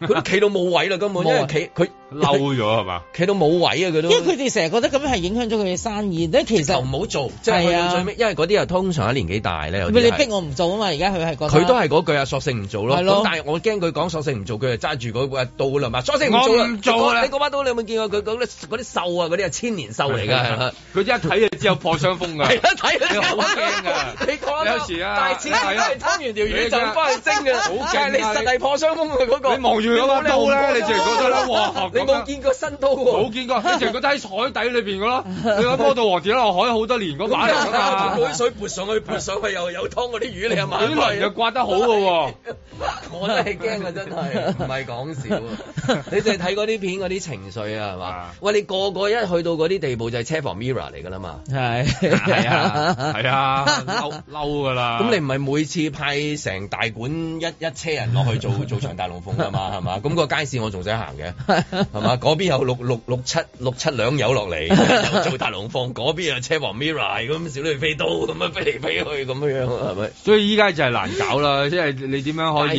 F: 佢都企到冇位啦，根
C: 啊
F: 本因為企佢
C: 嬲咗係嘛，
F: 企到冇位啊，佢都
D: 因。為佢哋成日覺得咁樣係影響咗佢嘅生意，咧其實
F: 唔好做，即係去
C: 啊
F: 到最尾，因為嗰啲又通常年紀大咧，有
D: 咪
F: 啲
D: 你
F: 係
D: 逼我唔做啊嘛！而家佢係覺得
F: 佢都係嗰句啊，索性唔做咯。
D: 係咯
F: 咁但係我驚佢講索性唔做，佢就揸住嗰把刀啦嘛。索性唔做啦，
C: 我唔做啦
F: 你嗰把刀你有冇見過佢嗰啲嗰啲獸啊？嗰啲係千年獸嚟㗎，係啦。
C: 佢一睇就知有破傷風㗎，啊
F: 係啊啦睇
C: 你好驚㗎，
F: 你講
C: 有時啊，
F: 大錢
C: 係啊
F: 係吞完條魚就翻去蒸嘅，
C: 好勁啊
F: 但係你實係破傷風嘅嗰個。
C: 你望住嗰把刀咧，你淨係覺得咧，哇！
F: 你冇見過新刀喎，
C: 冇見過，你淨係覺得喺海底裏邊嘅咯。你嗰波道王跌落海好多年嗰把 嚟㗎嘛，
F: 杯水潑上去，潑上去又有湯嗰啲魚，你係嘛？
C: 嗰啲輪又刮得好 嘅喎。
F: 我真係驚啊！真係唔係講笑 啊，你淨係睇嗰啲片嗰啲情緒啊，係嘛？喂，你個個一去到嗰啲地步就係車房 mirror 嚟㗎啦嘛。
D: 係
F: 係啊，
C: 係啊， 嬲嬲噶啦。
F: 咁你唔係每次派成大管一一車人落去做 做長大龍鳳㗎嘛，係嘛？咁、個街市我仲使行 嘅，係嘛？嗰邊有六六六七六七兩友落 嚟，又做大龍鳳，嗰邊又車王 Mira 咁小女飛刀咁樣飛嚟飛去咁樣樣，啊係咪？
C: 所以依家就係難搞啦，即係你點樣可
F: 街
C: 以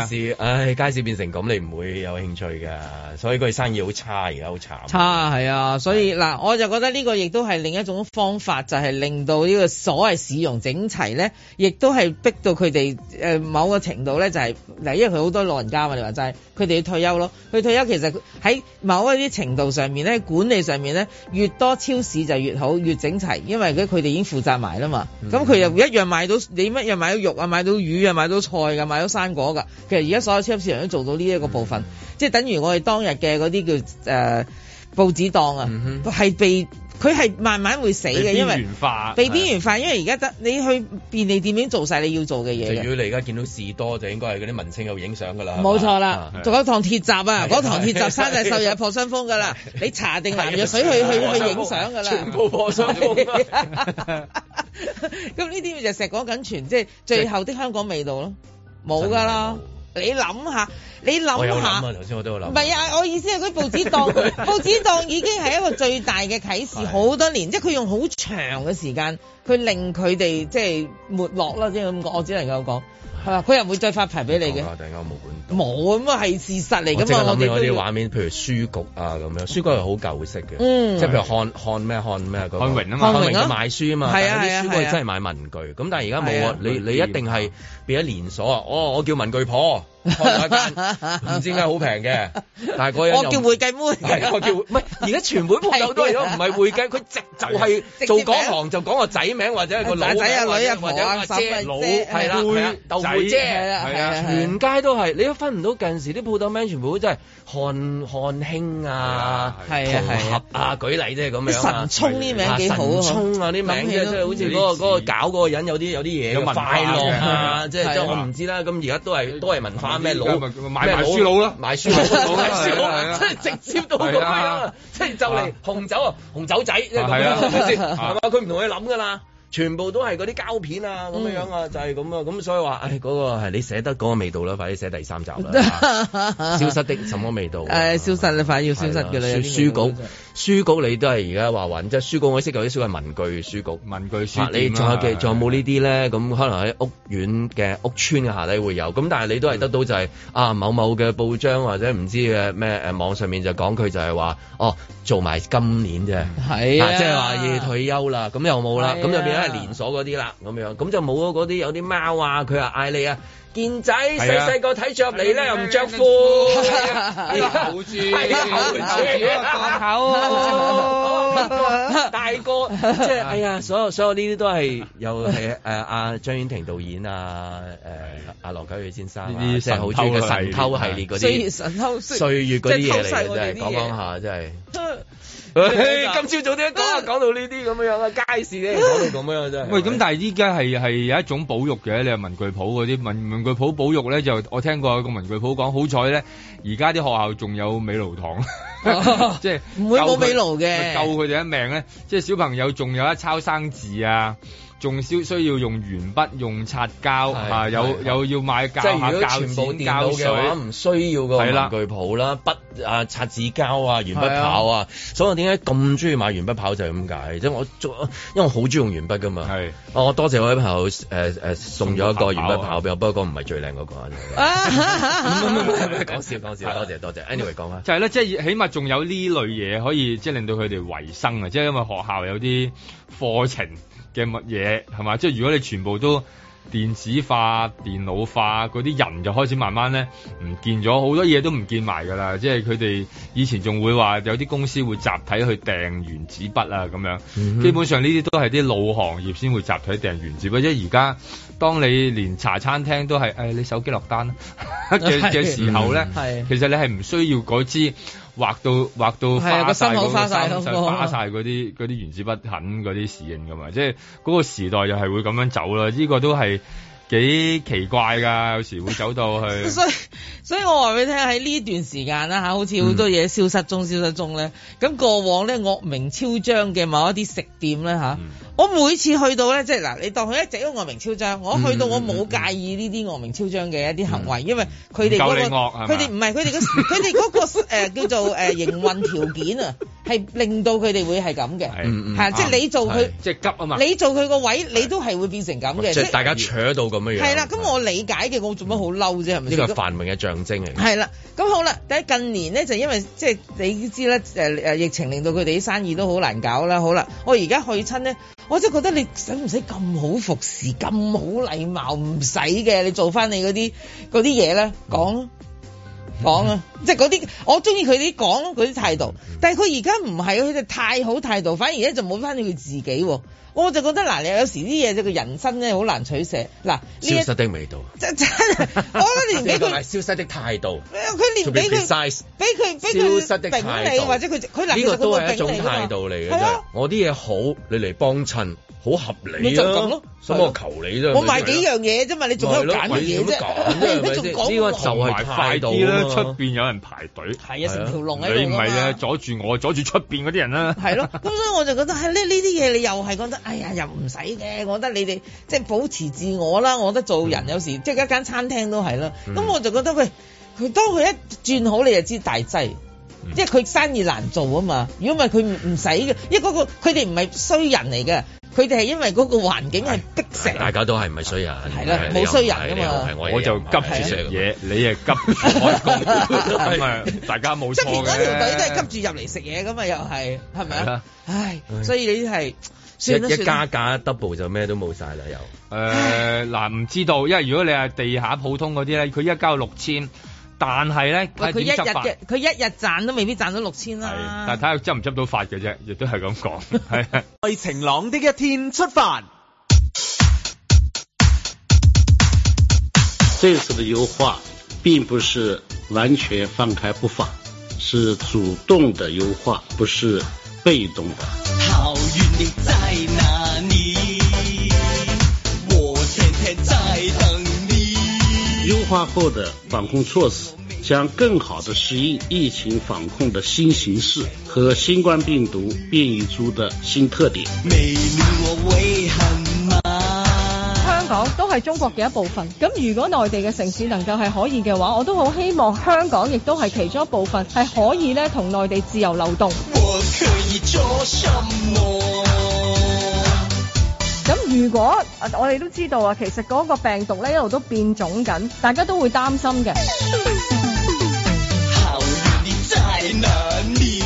F: 市街市，啊唉，街市變成咁，你唔會有興趣㗎，所以佢生意好差，而家好慘。
D: 差係啊，所以嗱，我就覺得呢個亦都係另一種方法，就係、令到呢個所謂市容整齊咧，亦都係逼到佢哋誒某個程度咧，就係、嗱，因為佢好多老人家嘛，你話就係佢哋要退休咯，佢退休其實喺某一啲程度上面咧，管理上面咧，越多超市就越好，越整齊，因為佢哋已經負責埋啦嘛，咁佢又一樣買到你乜嘢買到肉啊，買到魚啊，買到菜㗎，買到生果㗎，其實而家所有超市人都做到呢一個部分，即係等於我哋當日嘅嗰啲叫誒。呃報紙檔啊，係、被佢係慢慢會死嘅，
F: 嗯被
D: 因
F: 邊
D: 為
F: 緣化
D: 被邊緣化，因為而家得你去便利店已經做晒你要做嘅嘢
F: 就如
D: 嘅。
F: 果你而家見到士多，就應該係嗰啲文青有影相㗎啦。係嘛
D: 冇錯啦
F: 啊，
D: 仲有堂鐵閘啊，
F: 係
D: 嗰堂鐵閘
F: 係啊
D: 山寨獸又係破傷風㗎啦，你查定藍藥水去 去去影相㗎啦，
F: 全部破傷風
D: 咁呢啲就石講緊全，即係最後的香港味道咯， 冇㗎啦。你諗下，你
F: 我有
D: 諗
F: 諗
D: 下
F: 啊，。頭先我都有諗。
D: 唔係啊！我意思係嗰啲報 紙檔，報紙檔已經係一個最大嘅啟示，好多年，即係佢用好長嘅時間，佢令佢哋即係沒落啦，即係咁講，我只能夠講係嘛，佢又唔會再發牌俾你嘅，
F: 突然間我冇管。
D: 冇咁啊，係事實嚟
F: 我
D: 㗎
F: 哦即刻諗
D: 嘛，我
F: 起
D: 哋
F: 嗰
D: 都
F: 啲
D: 要
F: 畫面，譬如書局啊咁樣，書局係好舊式嘅，
D: 嗯
F: 即係譬如漢漢咩漢咩嗰個
C: 漢榮啊嘛
F: 漢榮
C: 漢榮啊
F: 佢賣書啊嘛，
C: 係
F: 但
C: 啊
F: 係啲
C: 係啊
F: 書
C: 係
F: 櫃
C: 啊
F: 真係買文具，咁但係而家
C: 係
F: 冇
C: 啊
F: 啊，你你一定係變咗連鎖啊，哦，我叫文具婆開咗一 間，唔知點解好平嘅，但係嗰人又
D: 我叫會計妹，
F: 係我叫唔係而家全本鋪頭都係都唔係會計，佢直就
D: 啊
F: 係做嗰行就講個仔名或者係個老名
D: 仔啊
F: 或者
D: 女啊
F: 或者
D: 婆啊
F: 阿
D: 嬸啊
F: 姐老
D: 姐
F: 係啦係啦
C: 啊
D: 妹
F: 豆腐
D: 啊仔
F: 姐
D: 係啦係啦
F: 全全街都係，你都分唔到近時啲鋪頭名全部都真係漢漢興啊、
D: 係啊係啊
F: 同合啊，舉例啫咁樣啊。
D: 神聰呢名幾好啊
F: 神聰啊啲名即
D: 諗起
F: 係
D: 都
F: 好似嗰個嗰個搞嗰個人有啲有啲嘢
C: 有
F: 嘅
C: 文化
F: 快樂啊，
C: 嘅
F: 即係即
C: 係
F: 係
C: 啊
F: 我唔知啦。咁而家都係都係文化咩佬
C: 而家啊咪買
F: 咩
C: 埋書佬啦
F: 買書 佬，
C: 買
F: 買
C: 書
F: 書
C: 佬係啊係啊
F: 佬，即係直接到咁
C: 係
F: 樣
C: 啊
F: 啊！即係就嚟紅酒啊，紅酒仔即係咁
C: 係啊
F: 樣，係咪先？
C: 啊
F: 係嘛？佢唔同你諗㗎啦。全部都係嗰啲膠片啊，咁樣樣啊，就係咁啊，咁所以話，唉，嗰個係你寫得嗰個味道啦，快啲寫第三集 啦，啊消失的什麼味道？啊
D: 誒啊哎消失啦，快要消失嘅啦，有
F: 書
D: 啲味道
F: 書局書局你都係而家話揾，即係書局我識有啲書係文具書局，
C: 文具書
F: 啊你
C: 店
F: 仲有嘅
C: 啊
F: 仲有冇 呢啲咧？咁可能喺屋苑嘅屋村嘅下底會有，咁但係你都係得到就係、啊某某嘅報章或者唔知嘅咩誒網上面就講佢就係話哦做埋今年啫，
D: 係啊
F: 即係話要退休啦，咁又冇啦，
B: 係啊
F: 咁就變咗係連鎖嗰啲啦，咁樣咁就冇咗嗰啲有啲貓啊，佢話嗌你啊。健仔細細個睇着你咧，又唔着褲，啊
C: 後住
F: 大個即係哎呀，所有所有呢啲都係又係誒阿張婉婷導演啊，誒阿羅九月先生啊
C: 呢啲
F: 即係好中意嘅
C: 神
F: 神
C: 偷
F: 偷
C: 系
F: 系
C: 列
D: 啊
F: 列嗰
D: 歲月
F: 啲
D: 神偷歲
F: 歲月嗰啲嘢
D: 即係偷
F: 嚟
D: 晒
F: 嘅，
D: 我哋
F: 真係
D: 啲
F: 講
D: 嘢
F: 講下真係。今朝早點講啊？講到呢啲咁樣啊，街市咧講到咁樣真係。
C: 喂，咁但係依家係係有一種保育嘅，你話文具鋪嗰啲文文具鋪保育咧，就我聽過有個文具鋪講，好彩咧，而家啲學校仲有美勞堂， 即係
D: 唔會冇
C: 救佢
D: 美勞嘅
C: 咪救佢哋一命咧，即係小朋友仲有得抄生字啊。仲需需要用鉛筆、用擦膠
F: 係
C: 啊，有
F: 係
C: 有要買
F: 即
C: 教
F: 係
C: 下
F: 如果
C: 教
F: 全部
C: 剪
F: 電
C: 膠
F: 腦嘅話，
C: 水。
F: 唔需要個
C: 係啦
F: 文具鋪啦、筆啊、擦紙膠啊、鉛筆刨
C: 係
F: 啊，所以我點解咁中意買鉛筆刨就係咁解，即係我做，因為我好中意用鉛筆噶嘛。係，我多謝我位朋友誒誒送咗一個鉛筆刨俾我，不過嗰個唔係最靚嗰個啊。 講笑講笑，多謝多謝。Anyway 講啊翻。
C: 就係咧，即係起碼仲有呢類嘢可以即係令到佢哋維生啊！即係因為學校有啲課程嘅乜嘢係嘛？即係如果你全部都電子化、電腦化，嗰啲人就開始慢慢咧唔見咗，好多嘢都唔見埋㗎啦。即係佢哋以前仲會話有啲公司會集體去訂原子筆啊咁樣，
F: 嗯哼
C: 基本上呢啲都係啲老行業先會集體訂原子筆，即係而家。當你連茶餐廳都係誒、哎你手機落 單啦嘅嘅時候咧，
D: 係
C: 其實你係唔需要嗰支畫到畫到
D: 係啊
C: 花
D: 個
C: 晒
D: 心
C: 嗰
D: 口花
C: 個
D: 晒
C: 心
D: 嗰個
C: 上花晒嗰啲嗰啲原子筆痕嗰啲侍應噶嘛，即係嗰個時代又係會咁樣走啦，呢個都係幾奇怪㗎，有時會走到去。
D: 所以所以我話俾你聽喺呢段時間啦嚇，好似好多嘢消失中、消失中咧。咁過往咧惡名昭彰嘅某一啲食店咧嚇，
C: 嗯
F: 嗯
D: 我每次去到咧，即係嗱，你當佢一直都惡名昭彰，我去到我冇介意呢啲惡名昭彰嘅一啲行為，因為佢哋嗰
C: 唔夠你
D: 個
C: 惡係嘛
D: 佢哋唔係佢哋嗰 佢哋嗰個呃叫做誒營運條件啊，係令到佢哋會係咁嘅，
F: 嗯嗯
D: 係即係你做佢
F: 係
C: 即係急啊嘛
D: 你做佢個位，你都係會變成咁嘅，
F: 即係大家扯到咁樣樣。
D: 係啦，咁我理解嘅，我做乜好嬲啫？係
F: 呢
D: 咪先？
F: 個係繁榮嘅象徵嚟。
D: 係啦，咁好啦，但係近年咧就因為即係你知啦，誒誒疫情令到佢哋啲生意都好難搞啦。好啦，我而家去親咧，我真係覺得你使唔使咁好服侍、咁好禮貌？唔使嘅，你做翻你嗰啲嗰啲嘢啦，講啦。講啊，即係嗰啲我中意佢啲講嗰啲態度，但係佢而家唔係，佢哋太好態度，反而咧就冇翻佢自己喎。我就覺得嗱，你有時啲嘢即係個人生咧好難取捨。嗱，呢一
F: 消失的味道，
D: 真真係，我覺得連俾
F: 呢個係
D: 佢。
F: 消失的態度。
D: 佢連俾
F: To be
D: 佢
F: precise
D: 俾佢俾佢
F: 消失的
D: 頂
F: 態
D: 你，
F: 度
D: 或者 佢佢嗱，
F: 呢
D: 其實
F: 個
D: 佢
F: 都
D: 冇
F: 係一種
D: 頂你㗎嘛
F: 態度嚟嘅，
D: 係
F: 真係
D: 啊。
F: 我啲嘢好，你嚟幫襯，好合理
D: 咪就咁咯
F: 咁我求你啫。
D: 我賣幾樣嘢啫嘛，你仲喺度揀乜嘢啫？
F: 你
D: 你仲講
F: 呢個就
C: 同
F: 係
C: 埋快
F: 態度
C: 啲啦，
F: 啊嘛
C: 出邊有人排隊。係
D: 啊成條龍喺度㗎嘛
C: 你唔係啊，阻住我，阻住出邊嗰啲人啦。
D: 係咯，咁所以我就覺得係呢呢啲嘢，你又係覺得哎呀又唔使嘅，我覺得你哋即係保持自我啦。我覺得做人有時即係一間餐廳都係啦。咁
N: 嗯
D: 我就覺得喂，佢當佢一轉好，你就知大劑。因為佢生意難做啊嘛，如果唔係佢唔唔使嘅，因為嗰、個佢哋唔係衰人嚟嘅，佢哋係因為嗰個環境係逼成
F: 大家都係唔係衰人？係
D: 啦冇衰人㗎嘛
B: 啊
C: 我就急住食嘢，你啊急住開工， 咁啊大家冇
D: 即
C: 錯
D: 係連嗰
C: 嘅。
D: 條隊都係急住入嚟食嘢噶嘛，又係係咪
F: 係
D: 啊
F: 啊？
D: 唉
F: 唉，
D: 所以你係算啦
F: 一一
D: 算
F: 加
D: 啦，
F: 價 double 就咩都冇晒啦，又。
C: 誒嗱，唔知道，因為如果你係地下普通嗰啲咧，佢一交六千，但係咧
D: 喂
C: 睇
D: 佢一
C: 點
D: 日啊
C: 執法，
D: 嘅佢一日賺都未必賺到六千啦。
C: 但係睇下執唔執到法嘅啫，亦都係咁 講，係啊。
E: 在晴朗的一天出發。
O: 这次的优化并不是完全放开不法，是主动的优化，不是被动的。
M: 好运你在哪里？我天天在等你。
O: 优化后的防控措施将更好地适应疫情防控的新形势和新冠病毒变异株的新特点。
M: 没你我会很忙。
P: 香港都係中國嘅一部分。咁如果內地嘅城市能夠係可以嘅話，我都好希望香港亦都係其中一部分，係可以咧同內地自由流動。
M: 我可以做什么？
P: 咁如果呃我哋都知道啊，其實嗰個病毒咧一路都變種緊，大家都會擔心嘅。
M: 好运你在哪里？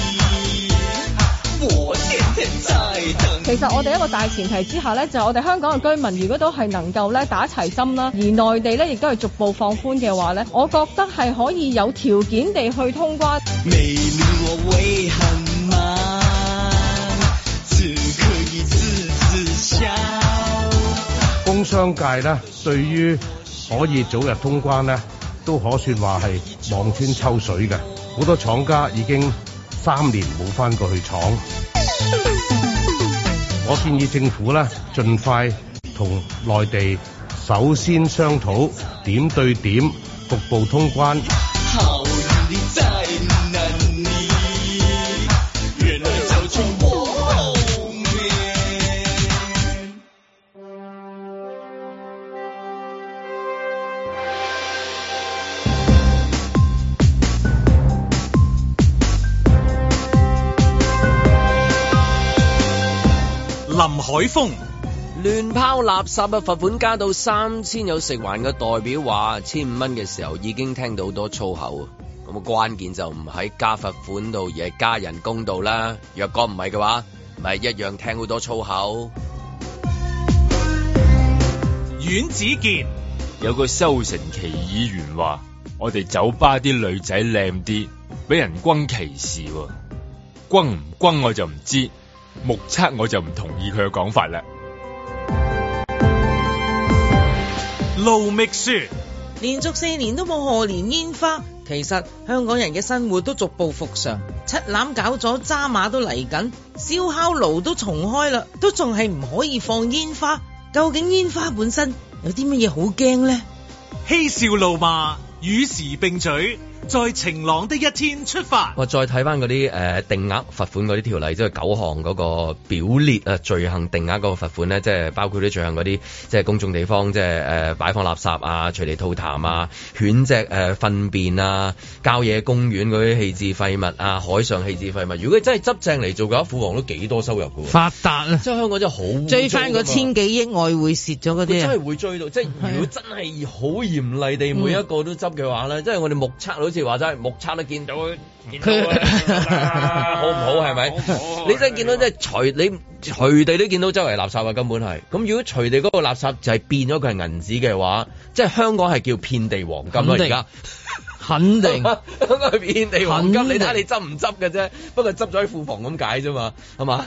M: 我天天在等你。
P: 其實我哋一個大前提之下咧，就係我哋香港嘅居民如果都係能夠咧打齊針啦，而內地咧亦都係逐步放寬嘅話咧，我覺得係可以有條件地去通關。
M: 没你我会很忙，只可以自自笑。
Q: 工商界咧，對於可以早日通關咧，都可算話係望穿秋水嘅。好多廠家已經三年冇翻過去廠。我建議政府咧，盡快同內地首先商討點對點局部通關。
M: 好你在哪里？原來就在我後面。
A: 林海峰、
B: 亂拋垃圾啊！罰款加到三千，有食環嘅代表話，千五蚊嘅時候已經聽到好多粗口啊！咁啊，關鍵就唔喺加罰款度，而係加人工度啦。若果唔係嘅話，咪一樣聽好多粗口。
A: 阮子健、
N: 有個修成期議員話：我哋酒吧啲女仔靚啲，俾人轟歧視喎。轟唔轟我就唔知，目測我就唔同意佢嘅講法啦。
A: 盧覓雪。
D: 連續四年都冇賀年煙花，其實香港人嘅生活都逐步復常，七欖搞咗，渣馬都嚟緊，燒烤爐都重開啦，都仲係唔可以放煙花。究竟煙花本身有啲乜嘢好驚呢？
A: 嬉笑怒罵，與時並舉，在晴朗的一天出發。
F: 我再睇翻嗰啲誒定額罰款嗰啲條例，即係九項嗰個表列啊罪行定額嗰個罰款咧，即係包括啲罪行嗰啲，即係公眾地方，即係誒擺放垃圾啊、隨地吐痰啊、犬隻誒糞便啊、郊野公園嗰啲棄置廢物啊、海上棄置廢物。如果真係執正嚟做嘅話，庫房都幾多收入㗎喎。
D: 發達啦！
F: 即係香港真係嗯好啊
D: 追翻嗰千幾億外匯蝕咗
F: 佢
D: 嗰啲
F: 真
D: 啊！
F: 係會追到，即係如果真係好嚴厲地每一個都執嘅話咧，即係我哋目測好似話齋，目測都見到，見到啊好唔好係咪？你真係見到即係隨你隨地都見到周圍垃圾啊，根本係。咁如果隨地嗰個垃圾就係變咗佢係銀紙嘅話，即係香港係叫遍地黃金
R: 肯
F: 咯
R: 定
F: 而家。
R: 肯定
F: 香港係遍地黃金，
R: 肯
F: 你
R: 定
F: 睇下你執唔執嘅啫。不過執咗喺庫房咁解啫嘛，係嘛？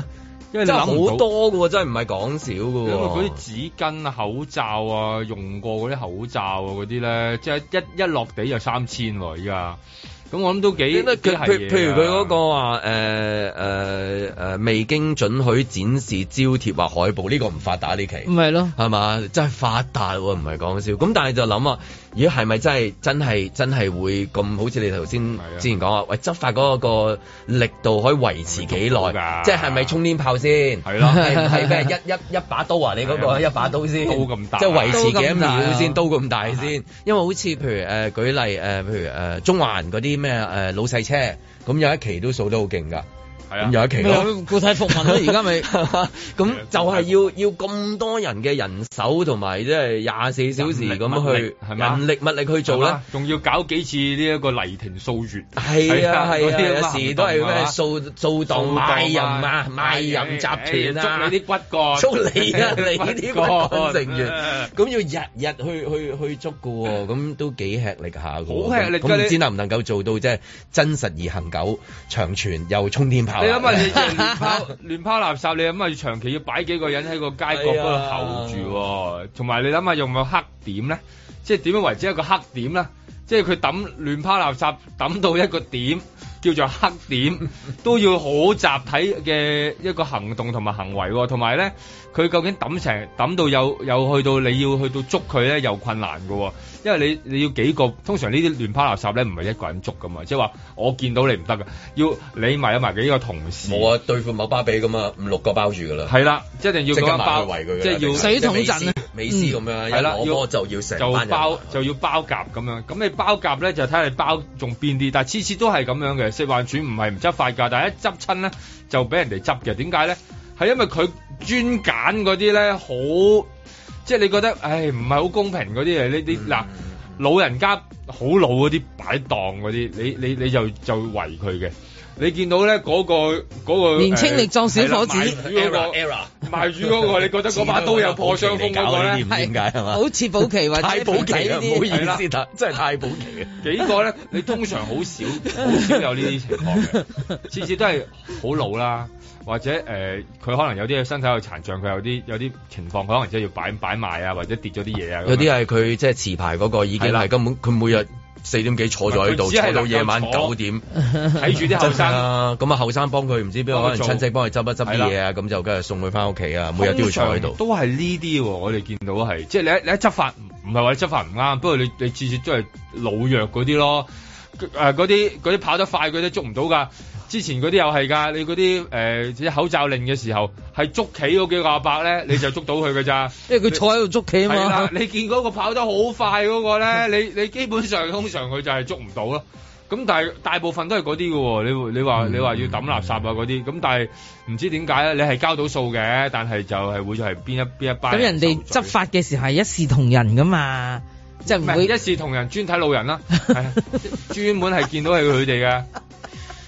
C: 因為你
F: 真係
C: 諗唔到
F: 好多嘅喎，真係唔係講少
C: 因
F: 嘅
C: 為
F: 喎。
C: 嗰啲紙巾、口罩啊，用過嗰啲口罩啊，嗰啲咧，即係一一落地就三千喎，依家。咁我諗都幾
F: 佢
C: 幾係
F: 譬
C: 嘢
F: 譬如佢
C: 啊
F: 嗰個話呃誒誒誒呃未經准許展示招貼或海報，呢、個唔發達啊呢期
R: 唔係咯。
F: 係嘛？真係發達喎，唔係講笑。咁但係就諗啊，如果係咪真係真係真係會咁？好似你頭先之前講話，喂執法嗰個力度可以維持幾耐？即係係咪沖天炮先？係
C: 咯
F: 係係咩？一一一把刀啊！你嗰、個
C: 係
F: 一
C: 啊
F: 把刀先，
C: 刀咁大
F: 即係維持幾多
R: 刀咁大啊
F: 秒先？刀咁大先，因為好似譬如誒、呃、舉例誒、呃譬如誒、呃中環嗰啲咩誒老細車，咁有一期都數得好勁㗎。
C: 係
F: 啊，咁有一期咯，
R: 固體服 務咯，而家咪
F: 咁就係要要咁多人嘅人手同埋即係廿四小時咁去
C: 係嘛
F: 人力物力去做
C: 係
F: 咧
C: 嘛。仲要搞幾次呢一個黎庭數月，
F: 係啊係
C: 嗰啲咁嘅
F: 啊，有時都係咩
C: 行動
F: 掃掃
C: 動
F: 檔
C: 啊哎
F: 賣淫啊，賣淫集團啊，
C: 捉 你啲骨幹
F: 捉你 啊，你啲骨幹成員
C: 骨，
F: 咁要日日去去去捉㗎喎，咁都幾吃力下㗎喎。
C: 好吃力㗎
F: 咁
C: 你
F: 唔知能唔能夠做到即係真實而恒久、長存又沖天炮啊。
C: 你 諗下，你亂拋亂拋垃圾，你諗下長期要擺幾個人喺個街角嗰度候住喎，同埋你諗下用冇黑點咧，即係點樣為之一個黑點咧？即係佢抌亂拋垃圾抌到一個點，叫做黑 點，都要好集體嘅一個行動同埋行為喎，同埋咧佢究竟抌成抌到有有去到你要去到捉佢咧，又困難嘅喎，因為你你要幾個，通常呢啲亂拋垃圾咧唔係一個人捉噶嘛，即係話我見到你唔得噶，要你埋有埋幾個同事。
F: 冇啊，對付某巴比咁啊，五六個包住噶啦。
C: 係啦，即係一定要
F: 即刻
C: 嗰一
F: 埋
C: 包
F: 去圍佢㗎啦
C: 即係要嗯
F: 水桶陣啊美斯美斯咁樣
C: 係啦，
F: 一攞波就要成班人啊
C: 包就要包夾咁樣。咁你包夾咧就睇下你包仲邊啲，但係次次都係咁樣嘅。食環署唔係唔執法㗎，但係一執親咧就俾人哋執嘅。點解咧？係因為佢專揀嗰啲咧好，即係你覺得唉唔係好公平嗰啲嘢。你
F: 嗯
C: 你嗱。老人家好老嗰啲擺檔嗰啲，你你你就就圍佢嘅。你見到咧嗰、個嗰、個
R: 年青力壯小
C: 呃係啦
R: 伙子
C: 賣魚嗰個
F: Era，Era
C: 賣魚嗰、個，你覺得嗰把刀有破傷風嗰個咧？
F: 點解係嘛？
D: 好似保期或者
F: 太保期
D: 肥仔
F: 啊！
D: 呢
F: 唔
D: 啲
F: 好意思，但 真係太保期啊！
C: 幾個咧？你通常好 少好少有呢啲情況嘅，次次都係好老啦，或者誒呃佢、可能有啲身體有殘障，佢有啲有啲情況，佢可能即係要擺擺賣啊，或者跌咗啲嘢啊。咁樣
F: 有啲係佢即係持牌嗰個已經
C: 係啦
F: 係根本佢每日四點幾坐咗喺
C: 佢
F: 度，
C: 只係
F: 坐到夜晚
C: 能夠坐
F: 九點，
C: 睇住啲後生
F: 真係啊！咁啊後生幫佢唔知邊個，
C: 幫
F: 可能
C: 佢做
F: 親戚幫佢執一執
C: 係
F: 啲
C: 啦
F: 嘢啊，咁就跟住送佢翻屋企啊，每日都要坐喺度。
C: 都係呢啲喎，我哋見到係，即係你一你一執法唔係話你執法唔啱，不過你你次次都係老弱嗰啲咯，誒嗰啲嗰啲跑得快嗰啲捉唔到㗎。之前嗰啲又係㗎，你嗰啲誒即係口罩令嘅時候，係捉棋嗰幾個阿伯咧，你就捉到佢㗎咋。
R: 因為佢坐喺度捉棋啊
C: 係啦
R: 嘛，。
C: 你見嗰個跑得好快嗰個咧，你你基本上通常佢就係捉唔到咯。咁但係大部分都係嗰啲嘅喎，你你話你話要抌垃圾啊嗰啲，咁但係唔知點解咧，你係交到數嘅，但係就係會係邊一邊一班
D: 咁人哋
C: 受罪
D: 執法嘅時候係一視同仁噶嘛，即係唔
C: 唔
D: 會
C: 係一視同仁，專睇老人啦，係啊專門係見到係佢哋嘅，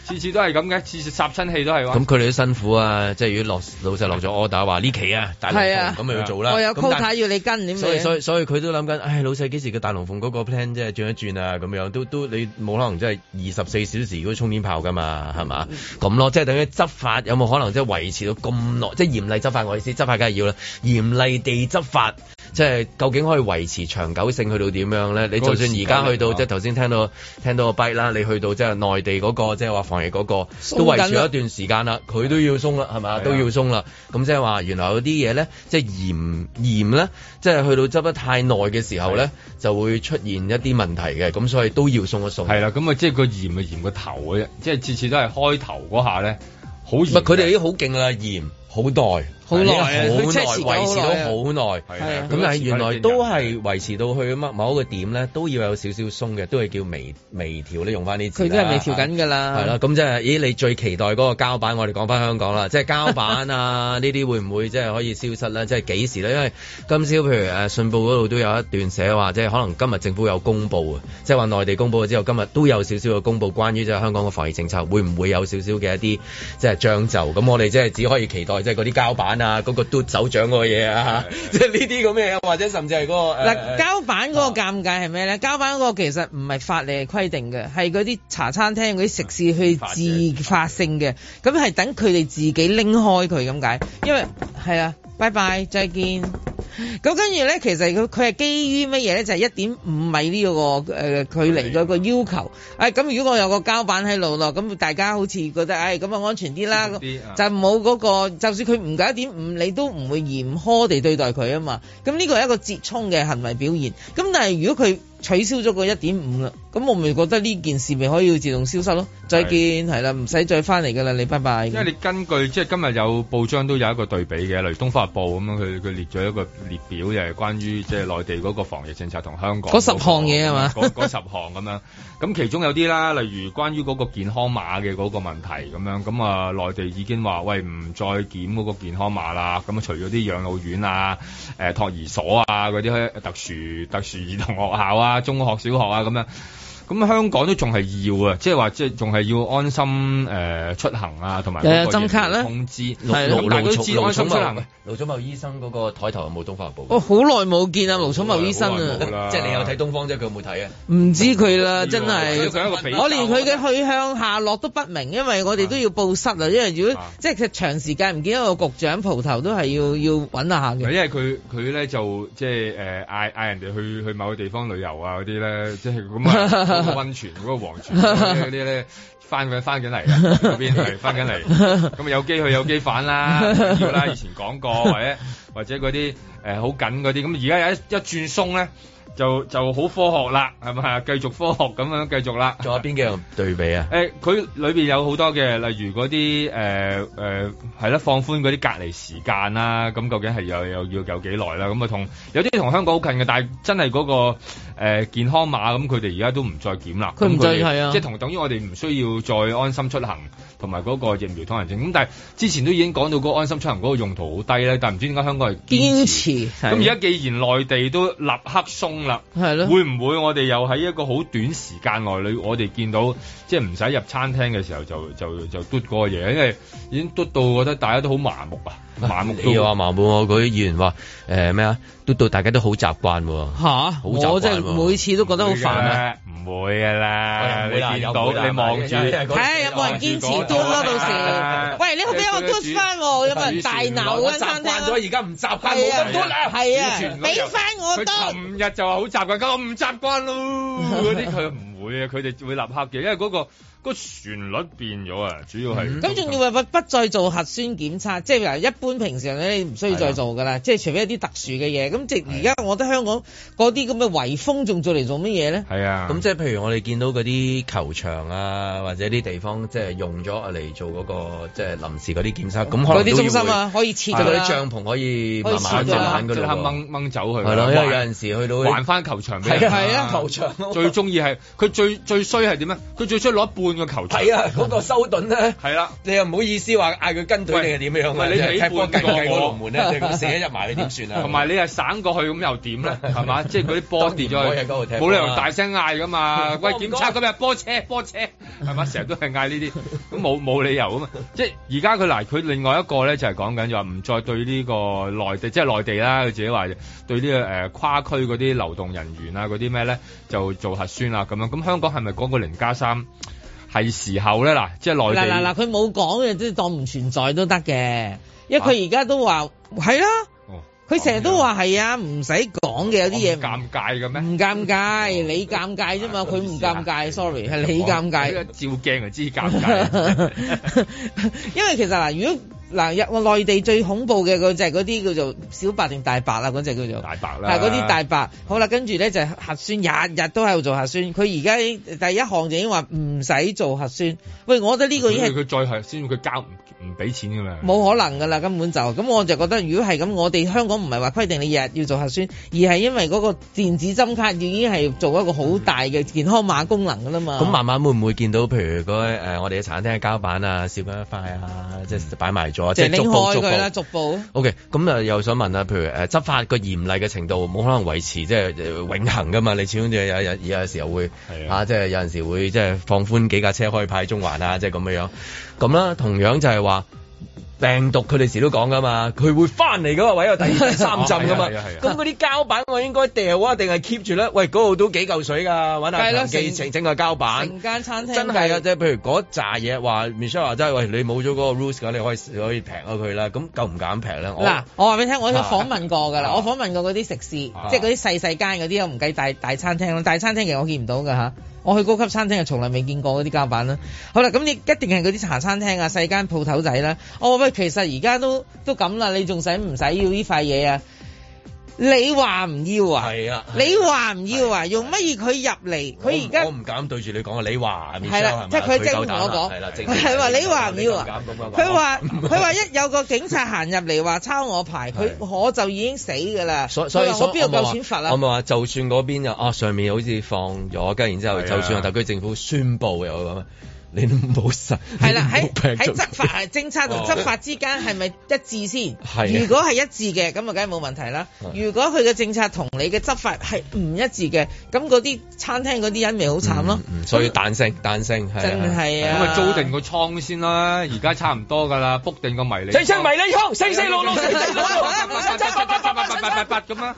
C: 次次都係咁嘅，次次霎親氣都係話
F: 咁佢哋都辛苦啊！即係如果落老實落咗 order 話呢期啊，大龍
D: 係
F: 鳳
D: 啊
F: 咁咪要做啦。
D: 我有
F: 咁但
D: quota 要你跟點
F: 所以所
D: 樣
F: 以所以佢都諗緊，唉，老細幾時個大龍鳳嗰個 plan 即係轉一轉啊，咁樣都都你冇可能即係二十四小時嗰啲沖天炮噶嘛，係嘛？
R: 嗯
F: 咁咯，即係等於執法有冇可能即係維持到咁耐？即係嚴厲執法，我意思執法梗係要啦，嚴厲地執法。即係究竟可以維持長久性去到點樣咧？你就算而家
R: 嗰個時間
F: 去
R: 嚟
F: 到
R: 講
F: 即係頭先聽到聽到個 byte 啦，你去到即係內地嗰、個即係話防疫嗰、個
R: 鬆緊
F: 都
R: 啦啊
F: 維持咗一段時間啦，佢都要鬆啦，係嘛？都要鬆啦。咁即係話原來有啲嘢咧，即係嚴嚴咧，即係去到執得太耐嘅時候咧，就會出現一啲問題嘅。咁所以都要鬆一鬆。
C: 係啦，咁啊即係個嚴啊嚴個頭嘅啫，即係次次都係開頭嗰下咧，好嚴
F: 唔係佢哋已經好勁啦，嚴好耐，
C: 好耐啊
F: 已經
C: 佢
F: 好
C: test
F: 耐，
C: 咗好耐啊
F: 維持到好耐。
C: 係啊
F: 咁但係原來都係維持到去乜某一個點咧，都要有少少鬆嘅，都係叫微微調咧，用翻呢啲字啦。
D: 佢都係微調緊㗎啦
F: 係啦，咁即係咦？你最期待嗰個膠板，我哋講翻香港啦，即係膠板啊呢啲會唔會即係可以消失咧？即係幾時咧？因為今朝譬如誒信報嗰度都有一段寫話，即係可能今日政府有公佈啊，即係話內地公佈咗之後，今日都有少少嘅公佈，關於即係香港嘅防疫政策會唔會有少少嘅一啲即係將就？咁我哋即係只可以期待即係嗰啲膠板啊，嗰、個嘟手掌嗰個嘢啊，即係呢啲咁嘅嘢，或者甚至係嗰、個誒
D: 嗱，膠板嗰個尷尬係咩咧？膠板嗰個其實唔係法例規定嘅，係嗰啲茶餐廳嗰啲食肆去自發性嘅，咁係等佢哋自己拎開佢咁解，因為係啊，拜拜，再見。咁跟住咧，其實佢佢係基於乜嘢咧？就係一點五米呢、個誒、呃距離嗰個要求。誒咁、如果我有個膠板喺度咯，咁大家好似覺得誒咁啊安全啲啦，
S: 舒服啲啊
D: 咁就冇嗰、個，就算佢唔夠一點五，你都唔會嚴苛地對待佢啊嘛。咁呢個係一個折衷嘅行為表現。咁但係如果佢取消咗個一點五啦，咁我咪覺得呢件事咪可以自動消失咯。再見，係啦，唔使再翻嚟㗎啦，你拜拜。
C: 因為你根據即係今日有報章都有一個對比嘅，例如《東方日報》咁樣，佢佢列咗一個列表，就係關於即係內地嗰個防疫政策同香港
D: 嗰十
C: 嗰個
D: 項嘢係嘛
C: 嗰嗰十項咁樣，咁其中有啲啦，例如關於嗰個健康碼嘅嗰個問題咁樣，咁啊內地已經話喂唔再檢嗰個健康碼啦，咁啊除咗啲養老院啊、誒、托兒所啊嗰啲特殊特殊兒童學校啊、中學、小學啊咁樣。咁香港都仲係要啊，即係話即係仲係要安心誒、呃出行啊，同埋嗰
D: 誒
C: 個
D: 針卡
C: 疫苗
D: 啦
C: 通知，
F: 盧盧
C: 咁大家都
F: 盧
C: 知安心出行
F: 茂
C: 嘅。
F: 盧祖茂醫生嗰個台頭有冇東方日報？
D: 我哦好耐冇見啊，盧寵茂醫生
F: 好耐
D: 啊，
F: 即係你有睇東方啫，佢有冇 睇啊？
D: 唔知佢啦，真係
F: 佢佢一個比較
D: 我連佢嘅去向下落都不明，因為我哋都要報失啊。因為如果即係長時間唔見一個局長蒲頭，都係要要揾下
C: 因
D: 嘅。
C: 為佢佢咧就即係誒嗌嗌人哋去去某個地方旅遊啊嗰啲咧，即係咁啊嗰個温泉嗰個黃泉嗰啲咧。翻緊翻緊嚟啊！嗰邊係翻緊嚟，咁啊有機去有機返啦，要啦。以前講過，或者或者嗰啲誒好緊嗰啲，咁而家有一一轉鬆咧，就就好科學啦，係咪啊繼續科學咁樣繼續啦。
F: 仲有邊幾樣對比啊？
C: 誒，佢裏邊有好多嘅，例如嗰啲誒誒係啦，放寬嗰啲隔離時間啦，咁究竟係又又要有幾耐啦？咁啊，同有啲同香港好近嘅，但係真係嗰、個呃健康碼咁，佢哋而家都唔再檢啦。
R: 佢唔再
C: 咁哋
R: 係啊
C: 即係同等於我哋唔需要再安心出行同埋嗰個疫苗通行證。咁但係之前都已經講到嗰個安心出行嗰個用途好低咧，但係唔知點解香港係
D: 堅持
C: 咁而家既然內地都立刻鬆啦，
D: 係咯
C: 會唔會我哋又喺一個好短時間內裏，我哋見到即係唔使入餐廳嘅時候就就就嘟嗰個嘢，因為已經嘟到覺得大家都好麻木啊，麻木
F: 你話
C: 到。
F: 麻木喎，嗰啲議員話誒咩啊？嘟到大家都好習慣喎，
D: 嚇！
F: 習慣喎
D: 我真係每次都覺得好煩啊！
C: 唔唔會噶啦，
F: 我又唔
C: 你
F: 會啦
C: 見
F: 又唔
C: 到
F: 會啦
C: 你望住，
F: 睇
D: 下有冇人堅持嘟咯，到
F: 哎
D: 時。喂，你可唔可以俾我嘟翻喎？有冇人大鬧嗰間餐
F: 慣
D: 廳？啊
F: 咗而家唔習慣
D: 係
F: 冇
D: 啊
F: 咁多啦，
D: 係啊
F: 以前
D: 俾返我
C: 佢
D: 多
C: 琴日就話好習慣，咁我唔習慣咯。嗰啲佢唔會啊，佢哋會立刻嘅，因為嗰、個嗰旋律變咗啊，主要係。
D: 咁仲要話不再做核酸檢測，即係嗱一般平常咧，你唔需要再做㗎啦，即係除非一啲特殊嘅嘢。咁即係而家我覺得香港嗰啲咁嘅圍封仲做嚟做乜嘢咧？
C: 係啊
F: 咁即係譬如我哋見到嗰啲球場啊，或者啲地方即係用咗嚟做嗰個即係臨時嗰啲檢測，咁可能
D: 嗰啲中心啊
F: 都要會
D: 可以撤㗎
F: 即係嗰
D: 啦
F: 啲帳篷可以
D: 可以
F: 慢
D: 撤
F: 慢
D: 㗎啦
F: 慢慢嗰
C: 即
F: 度
C: 刻
F: 喎
C: 掹掹走佢，
F: 係咯，因為
C: 還
F: 有陣時去到
C: 還翻球場俾人
F: 係啊球場咯
C: 最中意係佢最最衰係點咧？佢最衰攞半個球場。
F: 係啊，嗰個修頓咧，
C: 係啦，
F: 你又唔好意思話嗌佢跟隊定係點樣啊？
C: 喂你俾
F: 踢波
C: 半
F: 計計
C: 個
F: 嗰
C: 我
F: 龍門 咧，你咁射一入埋你點算啊？
C: 同埋你係省過去咁又 點咧？係嘛？即係嗰啲波跌
F: 當然
C: 咗
F: 唔可以喺嗰度踢
C: 去，
F: 波
C: 冇
F: 啦
C: 理由大聲嗌 噶嘛！喂，
F: 波唔
C: 檢測今日波車波車係嘛？成日都係嗌呢啲，咁冇冇理由噶嘛？即係而家佢嗱，佢另外一個咧就係講緊就話唔再對呢個內地，即係內地啦，佢自己話對呢個誒跨區嗰啲流動人員啊嗰啲咩咧就做核酸啊啦咁樣。咁香港係咪嗰個零加三係時候咧？嗱，即係內
D: 嗱嗱嗱，
C: 地
D: 佢冇講嘅，即係當唔存在都得嘅，因為
F: 啊
D: 佢而家都話係啦。佢成日都話係啊，唔使講嘅有啲嘢。
C: 哦尷尬嘅咩？
D: 唔尷尬，你尷尬啫嘛，佢唔尷尬，sorry，係
C: 哦
D: 你尷尬。
C: 照鏡就知尷尬。
D: 因為其實嗱，如果嗱入內地最恐怖嘅佢就係嗰啲叫做小白定大白啊，嗰只叫做
C: 大白
D: 嗱嗰啲大白，好啦，跟住咧就係核酸，日日都喺度做核酸。佢而家第一項就已經話唔使做核酸。喂，我覺得呢個已經係
C: 佢佢再係先，佢交唔唔俾錢㗎嘛。
D: 冇可能㗎啦，根本就咁我就覺得，如果係咁，我哋香港唔係話規定你日日要做核酸，而係因為嗰個電子針卡已經係做一個好大嘅健康碼功能㗎啦嘛。
C: 啊
F: 咁慢慢會唔會見到，譬如嗰誒、呃我哋嘅茶餐廳嘅膠板啊，少緊一塊啊，即
C: 嗯
F: 係擺埋咗，即
D: 就
F: 係
D: 拎
F: 逐步
D: 開
F: 逐
D: 佢啦，
F: 步。
D: 逐步。
F: O K，咁啊又想問啊，譬如誒、呃、執法個嚴厲嘅程度，冇可能維持即係、呃永恆噶嘛？你始終都有有有有時候會啊，即係有陣時會即係放寬幾架車可以派中環啊，即係咁樣樣。咁啦，同樣就係話。病毒佢哋時都講噶嘛，佢會翻嚟噶嘛，或者有第二、第三浸噶嘛。
C: 哦 係啊係啊係啊
F: 咁嗰啲膠板我應該掉啊，定係 keep 住咧？喂，嗰度都幾嚿水㗎，揾下
D: 係咯
F: 強記
D: 成
F: 整整個膠板。
D: 成間餐廳
F: 啊真係啊！即係譬如嗰扎嘢話 Michelle 話真係，喂，你冇咗嗰個 rules 㗎，你可以可以平咗佢啦。咁夠唔夠膽平咧？我
D: 嗱，我話俾你聽，我都
F: 啊
D: 訪問過㗎啦，我訪問過嗰啲食肆，
F: 啊
D: 即係嗰啲細細間嗰啲，我唔計大大餐廳啦，大餐廳其實我見唔到㗎吓。我去高級餐廳係從來未見過嗰啲膠板啦。好啦，咁你一定係嗰啲茶餐廳啊、細間鋪頭仔啦。我話喂，其實而家都都咁啦，你仲使唔使要呢塊嘢啊？你話唔要啊？
F: 係啊
D: 你話唔要啊？用乜嘢佢入嚟？
F: 我唔
D: 佢而家
F: 我唔敢對住你講啊！你話 Michelle
D: 係啦，即係佢即係
F: 係咪
D: 同我
F: 夠膽啊係啦，
D: 講，
F: 正
D: 係話你話唔要
F: 你夠
D: 啊
F: 膽咁樣？講
D: 佢話佢話一有個警察行入嚟話抄我牌，佢我就已經死㗎啦。
F: 所所以
D: 佢話
F: 所
D: 我邊度
F: 咪
D: 夠
F: 話
D: 錢罰
F: 我
D: 啊？
F: 咪話就算嗰邊就啊上面好似放咗，跟住然之後
D: 係啊
F: 就算特區政府宣布有咁，你都冇實
D: 係啦，
F: 你
D: 喺
F: 冇病
D: 喺
F: 毒
D: 執法係政策同執法之間係咪一致先？
F: 係啊
D: 如果係一致嘅，咁啊梗係冇問題啦。
F: 係
D: 如果佢嘅政策同你嘅執法係唔一致嘅，咁嗰啲餐廳嗰啲人咪好慘咯。
F: 嗯所以彈性彈性係啊
D: 真係啊
C: 咁咪租定個倉先啦，而家差唔多㗎啦，book 定個迷你倉。
F: 四七迷你倉四四六六四四六六
C: 七七八八八八八八八咁啦。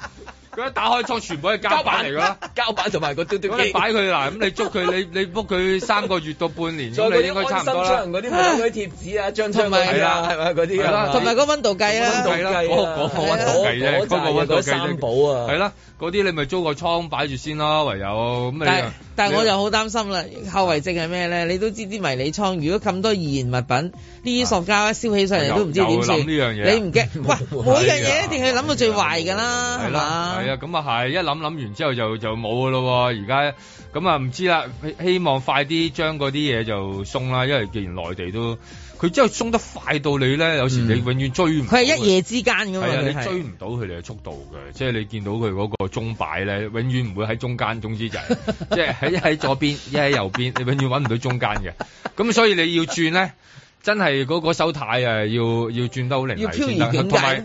C: 佢一打開倉，全部係膠板嚟㗎啦，
F: 膠板同埋個嘟嘟
C: 如果你擺佢嗱，咁你捉佢，你你 book 佢三個月到半年，咁你應該差唔多啦。
F: 嗰啲嗰啲貼紙啊、張張嗰
C: 係
F: 啲
C: 啦
F: 啊，係咪嗰啊啲
C: 係啦
F: 啊？
D: 同埋個温度計啊啦，
F: 温度計
C: 嗰個嗰個温
F: 啊
C: 度計啫，嗰個温度計啫。
F: 三寶啊，
C: 係啦，嗰啲你咪租個倉擺住先啦，唯有咁啊你
D: 但
C: 又。
D: 但
C: 你
D: 我
C: 又
D: 就好擔心啦，後遺症係咩咧？你都知啲迷你倉，如果咁多易燃物品，呢啲塑膠燒起上嚟都唔知點算。
C: 又諗呢樣嘢啊
D: 你唔驚？喂，每樣嘢一定係諗到最壞㗎啦，係
C: 係啦，
D: 嘛？
C: 係啊，咁啊係，一諗諗完之後就就冇噶咯喎，而家咁啊唔知啦，希希望快啲將嗰啲嘢就鬆啦，因為既然內地都佢真係鬆得快到你咧，有時你永遠追唔到
D: 嗯佢
C: 嘅。
D: 係一夜之間㗎
C: 係
D: 嘛，
C: 啊，
D: 佢
C: 你
D: 係
C: 追唔到佢哋嘅速度嘅，即係你見到佢嗰個鐘擺咧，永遠唔會喺中間，總之就係、 即係喺一喺左邊，一喺右邊，你永遠揾唔到中間嘅。咁所以你要轉咧，真係嗰個手態啊，要要轉得好凌
D: 要
C: 厲
D: 飄
C: 先
D: 移
C: 得，
D: 境界
C: 同埋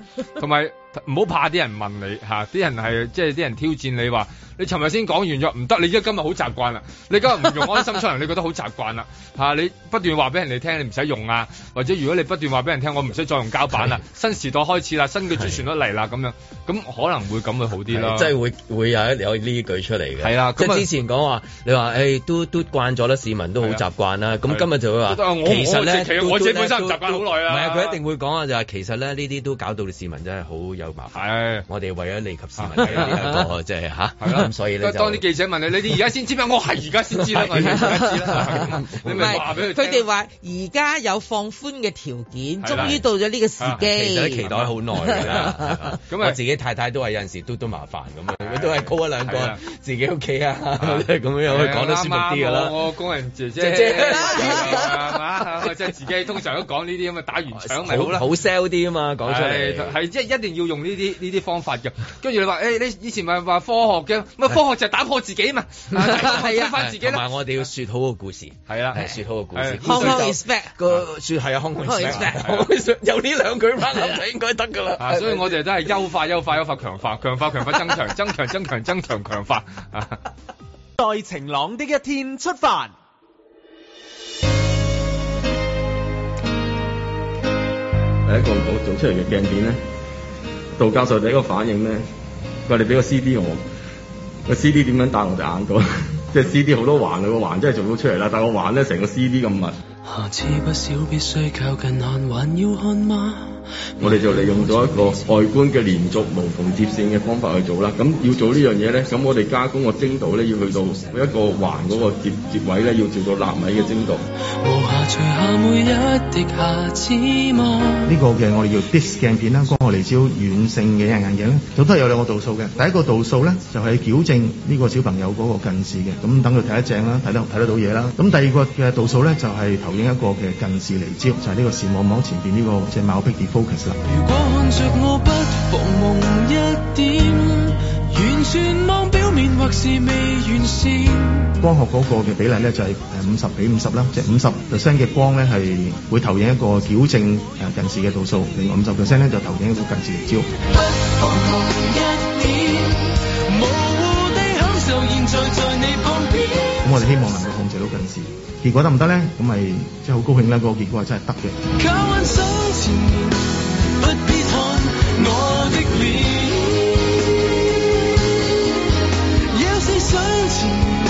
C: 同埋唔好怕啲人問你嚇，啲人係即係啲人挑戰你話，你尋日先講完咗，唔得，你而家今日好習慣啦，你今日唔用安心出行，你覺得好習慣啦嚇、你不斷話俾人哋聽你唔使用啊，或者如果你不斷話俾人聽我唔使再用膠板啦，新時代開始啦，新嘅主旋律嚟啦咁樣，咁可能會咁會好啲啦。
F: 即係會會有一有呢句出嚟嘅。
C: 係啦
F: 即
C: 咁啊啊
F: 係之前講話，你話誒都都慣咗啦，市民都好習慣啦。咁今日就會話，
C: 我我
F: 其實咧，
C: 其實
F: 嘟
C: 我自己
F: 嘟
C: 本身
F: 咧
C: 唔習慣好耐啦
F: 唔係啊，佢一定會講啊，就係其實咧呢啲都搞到市民真係好有麻煩。
C: 係，
F: 我哋為咗利及市民 嘅呢一個即係嚇，
C: 係啦
F: 咁所以咧
C: 當
F: 就
C: 當啲記者問你，你哋而家先知咩？我係而家先知啦，我而家先知啦，你咪話俾
D: 佢
C: 佢聽。
D: 哋話而家有放寬嘅條件，
F: 係啦
D: 終於到咗呢個時
F: 其實都期
D: 機。
F: 待好耐㗎 啦，咁我自己太太都係有陣時都都麻煩咁樣，都係高一兩
C: 啊係
F: 個
C: 啦
F: 自己屋企啊，咁樣去講得舒服啲㗎
C: 啱啱
F: 啦。
C: 我我工人姐 姐
F: 姐姐
C: 啊即係自己通常都講呢啲咁嘅打完
F: 好
C: 搶咪好啦。
F: 好 sell 啲啊嘛，講出嚟。
C: 係係一一定要用呢啲呢啲方法嘅，跟住你話誒、你以前咪話科學嘅，咪科學就係打破自己嘛，係啊，翻自己
F: 同
C: 啦
F: 埋。我哋要説好個故事，
C: 係啦，
F: 係説好個故
C: 係
F: 事。
C: Hong Kong
D: respect
F: 個説係啊，Hong Kong
C: Kong respect
F: respect，有 呢兩句 round up 就應該得㗎
C: 啊，
F: 啦。
C: 所以我哋都係優化、優化、優化、強化、強化、強化、增強、增強、增強、增強、強化啊！
E: 在晴朗的一天出發。
T: 第一個稿做出嚟嘅鏡片咧，杜教授第一個反應咧，佢哋俾個 CD 我，個 CD 點樣戴我隻眼度？即係 CD 好多環啊，個環真係做到出嚟啦，但係個環咧成個 CD 咁密，
M: 下次不少必須靠近看，還要看嗎？
T: 我哋就利用咗一個外觀嘅連續無縫接線嘅方法去做啦。咁要做呢樣嘢咧，咁我哋加工個精度咧要去到每一個環嗰個接接位咧要做到納米嘅精度。
M: 無暇除下每一滴瑕疵嗎？
L: 呢個嘅我哋叫 DIS 鏡片啦，光學離焦遠性嘅眼鏡咧，咁都係有兩個度數嘅。第一個度數咧就係、矯正呢個小朋友嗰個近視嘅，咁等佢睇得正啦，睇得睇得到嘢啦。咁第二個嘅度數咧就係、投影一個嘅近視離焦，就係、呢個視網膜前邊呢、個即係貌壁 defocus 啦。
M: 如果看着我不妨夢一點，完全望表面或是未完善。
L: 光學嗰個嘅比例咧就係誒五十比五十啦，即係五十 percent 嘅光咧係會投影一個矯正誒近視嘅度數，另外五十 percent 咧就投影一個近視離焦。
M: 彷徨一點，模糊地享受現在在你旁邊。
L: 咁我哋希望能夠控制到近視，結果得唔得咧？咁咪即係好高興啦！個結果係真係得嘅。
M: 靠穩手前面，不必看我的臉。有思想前面，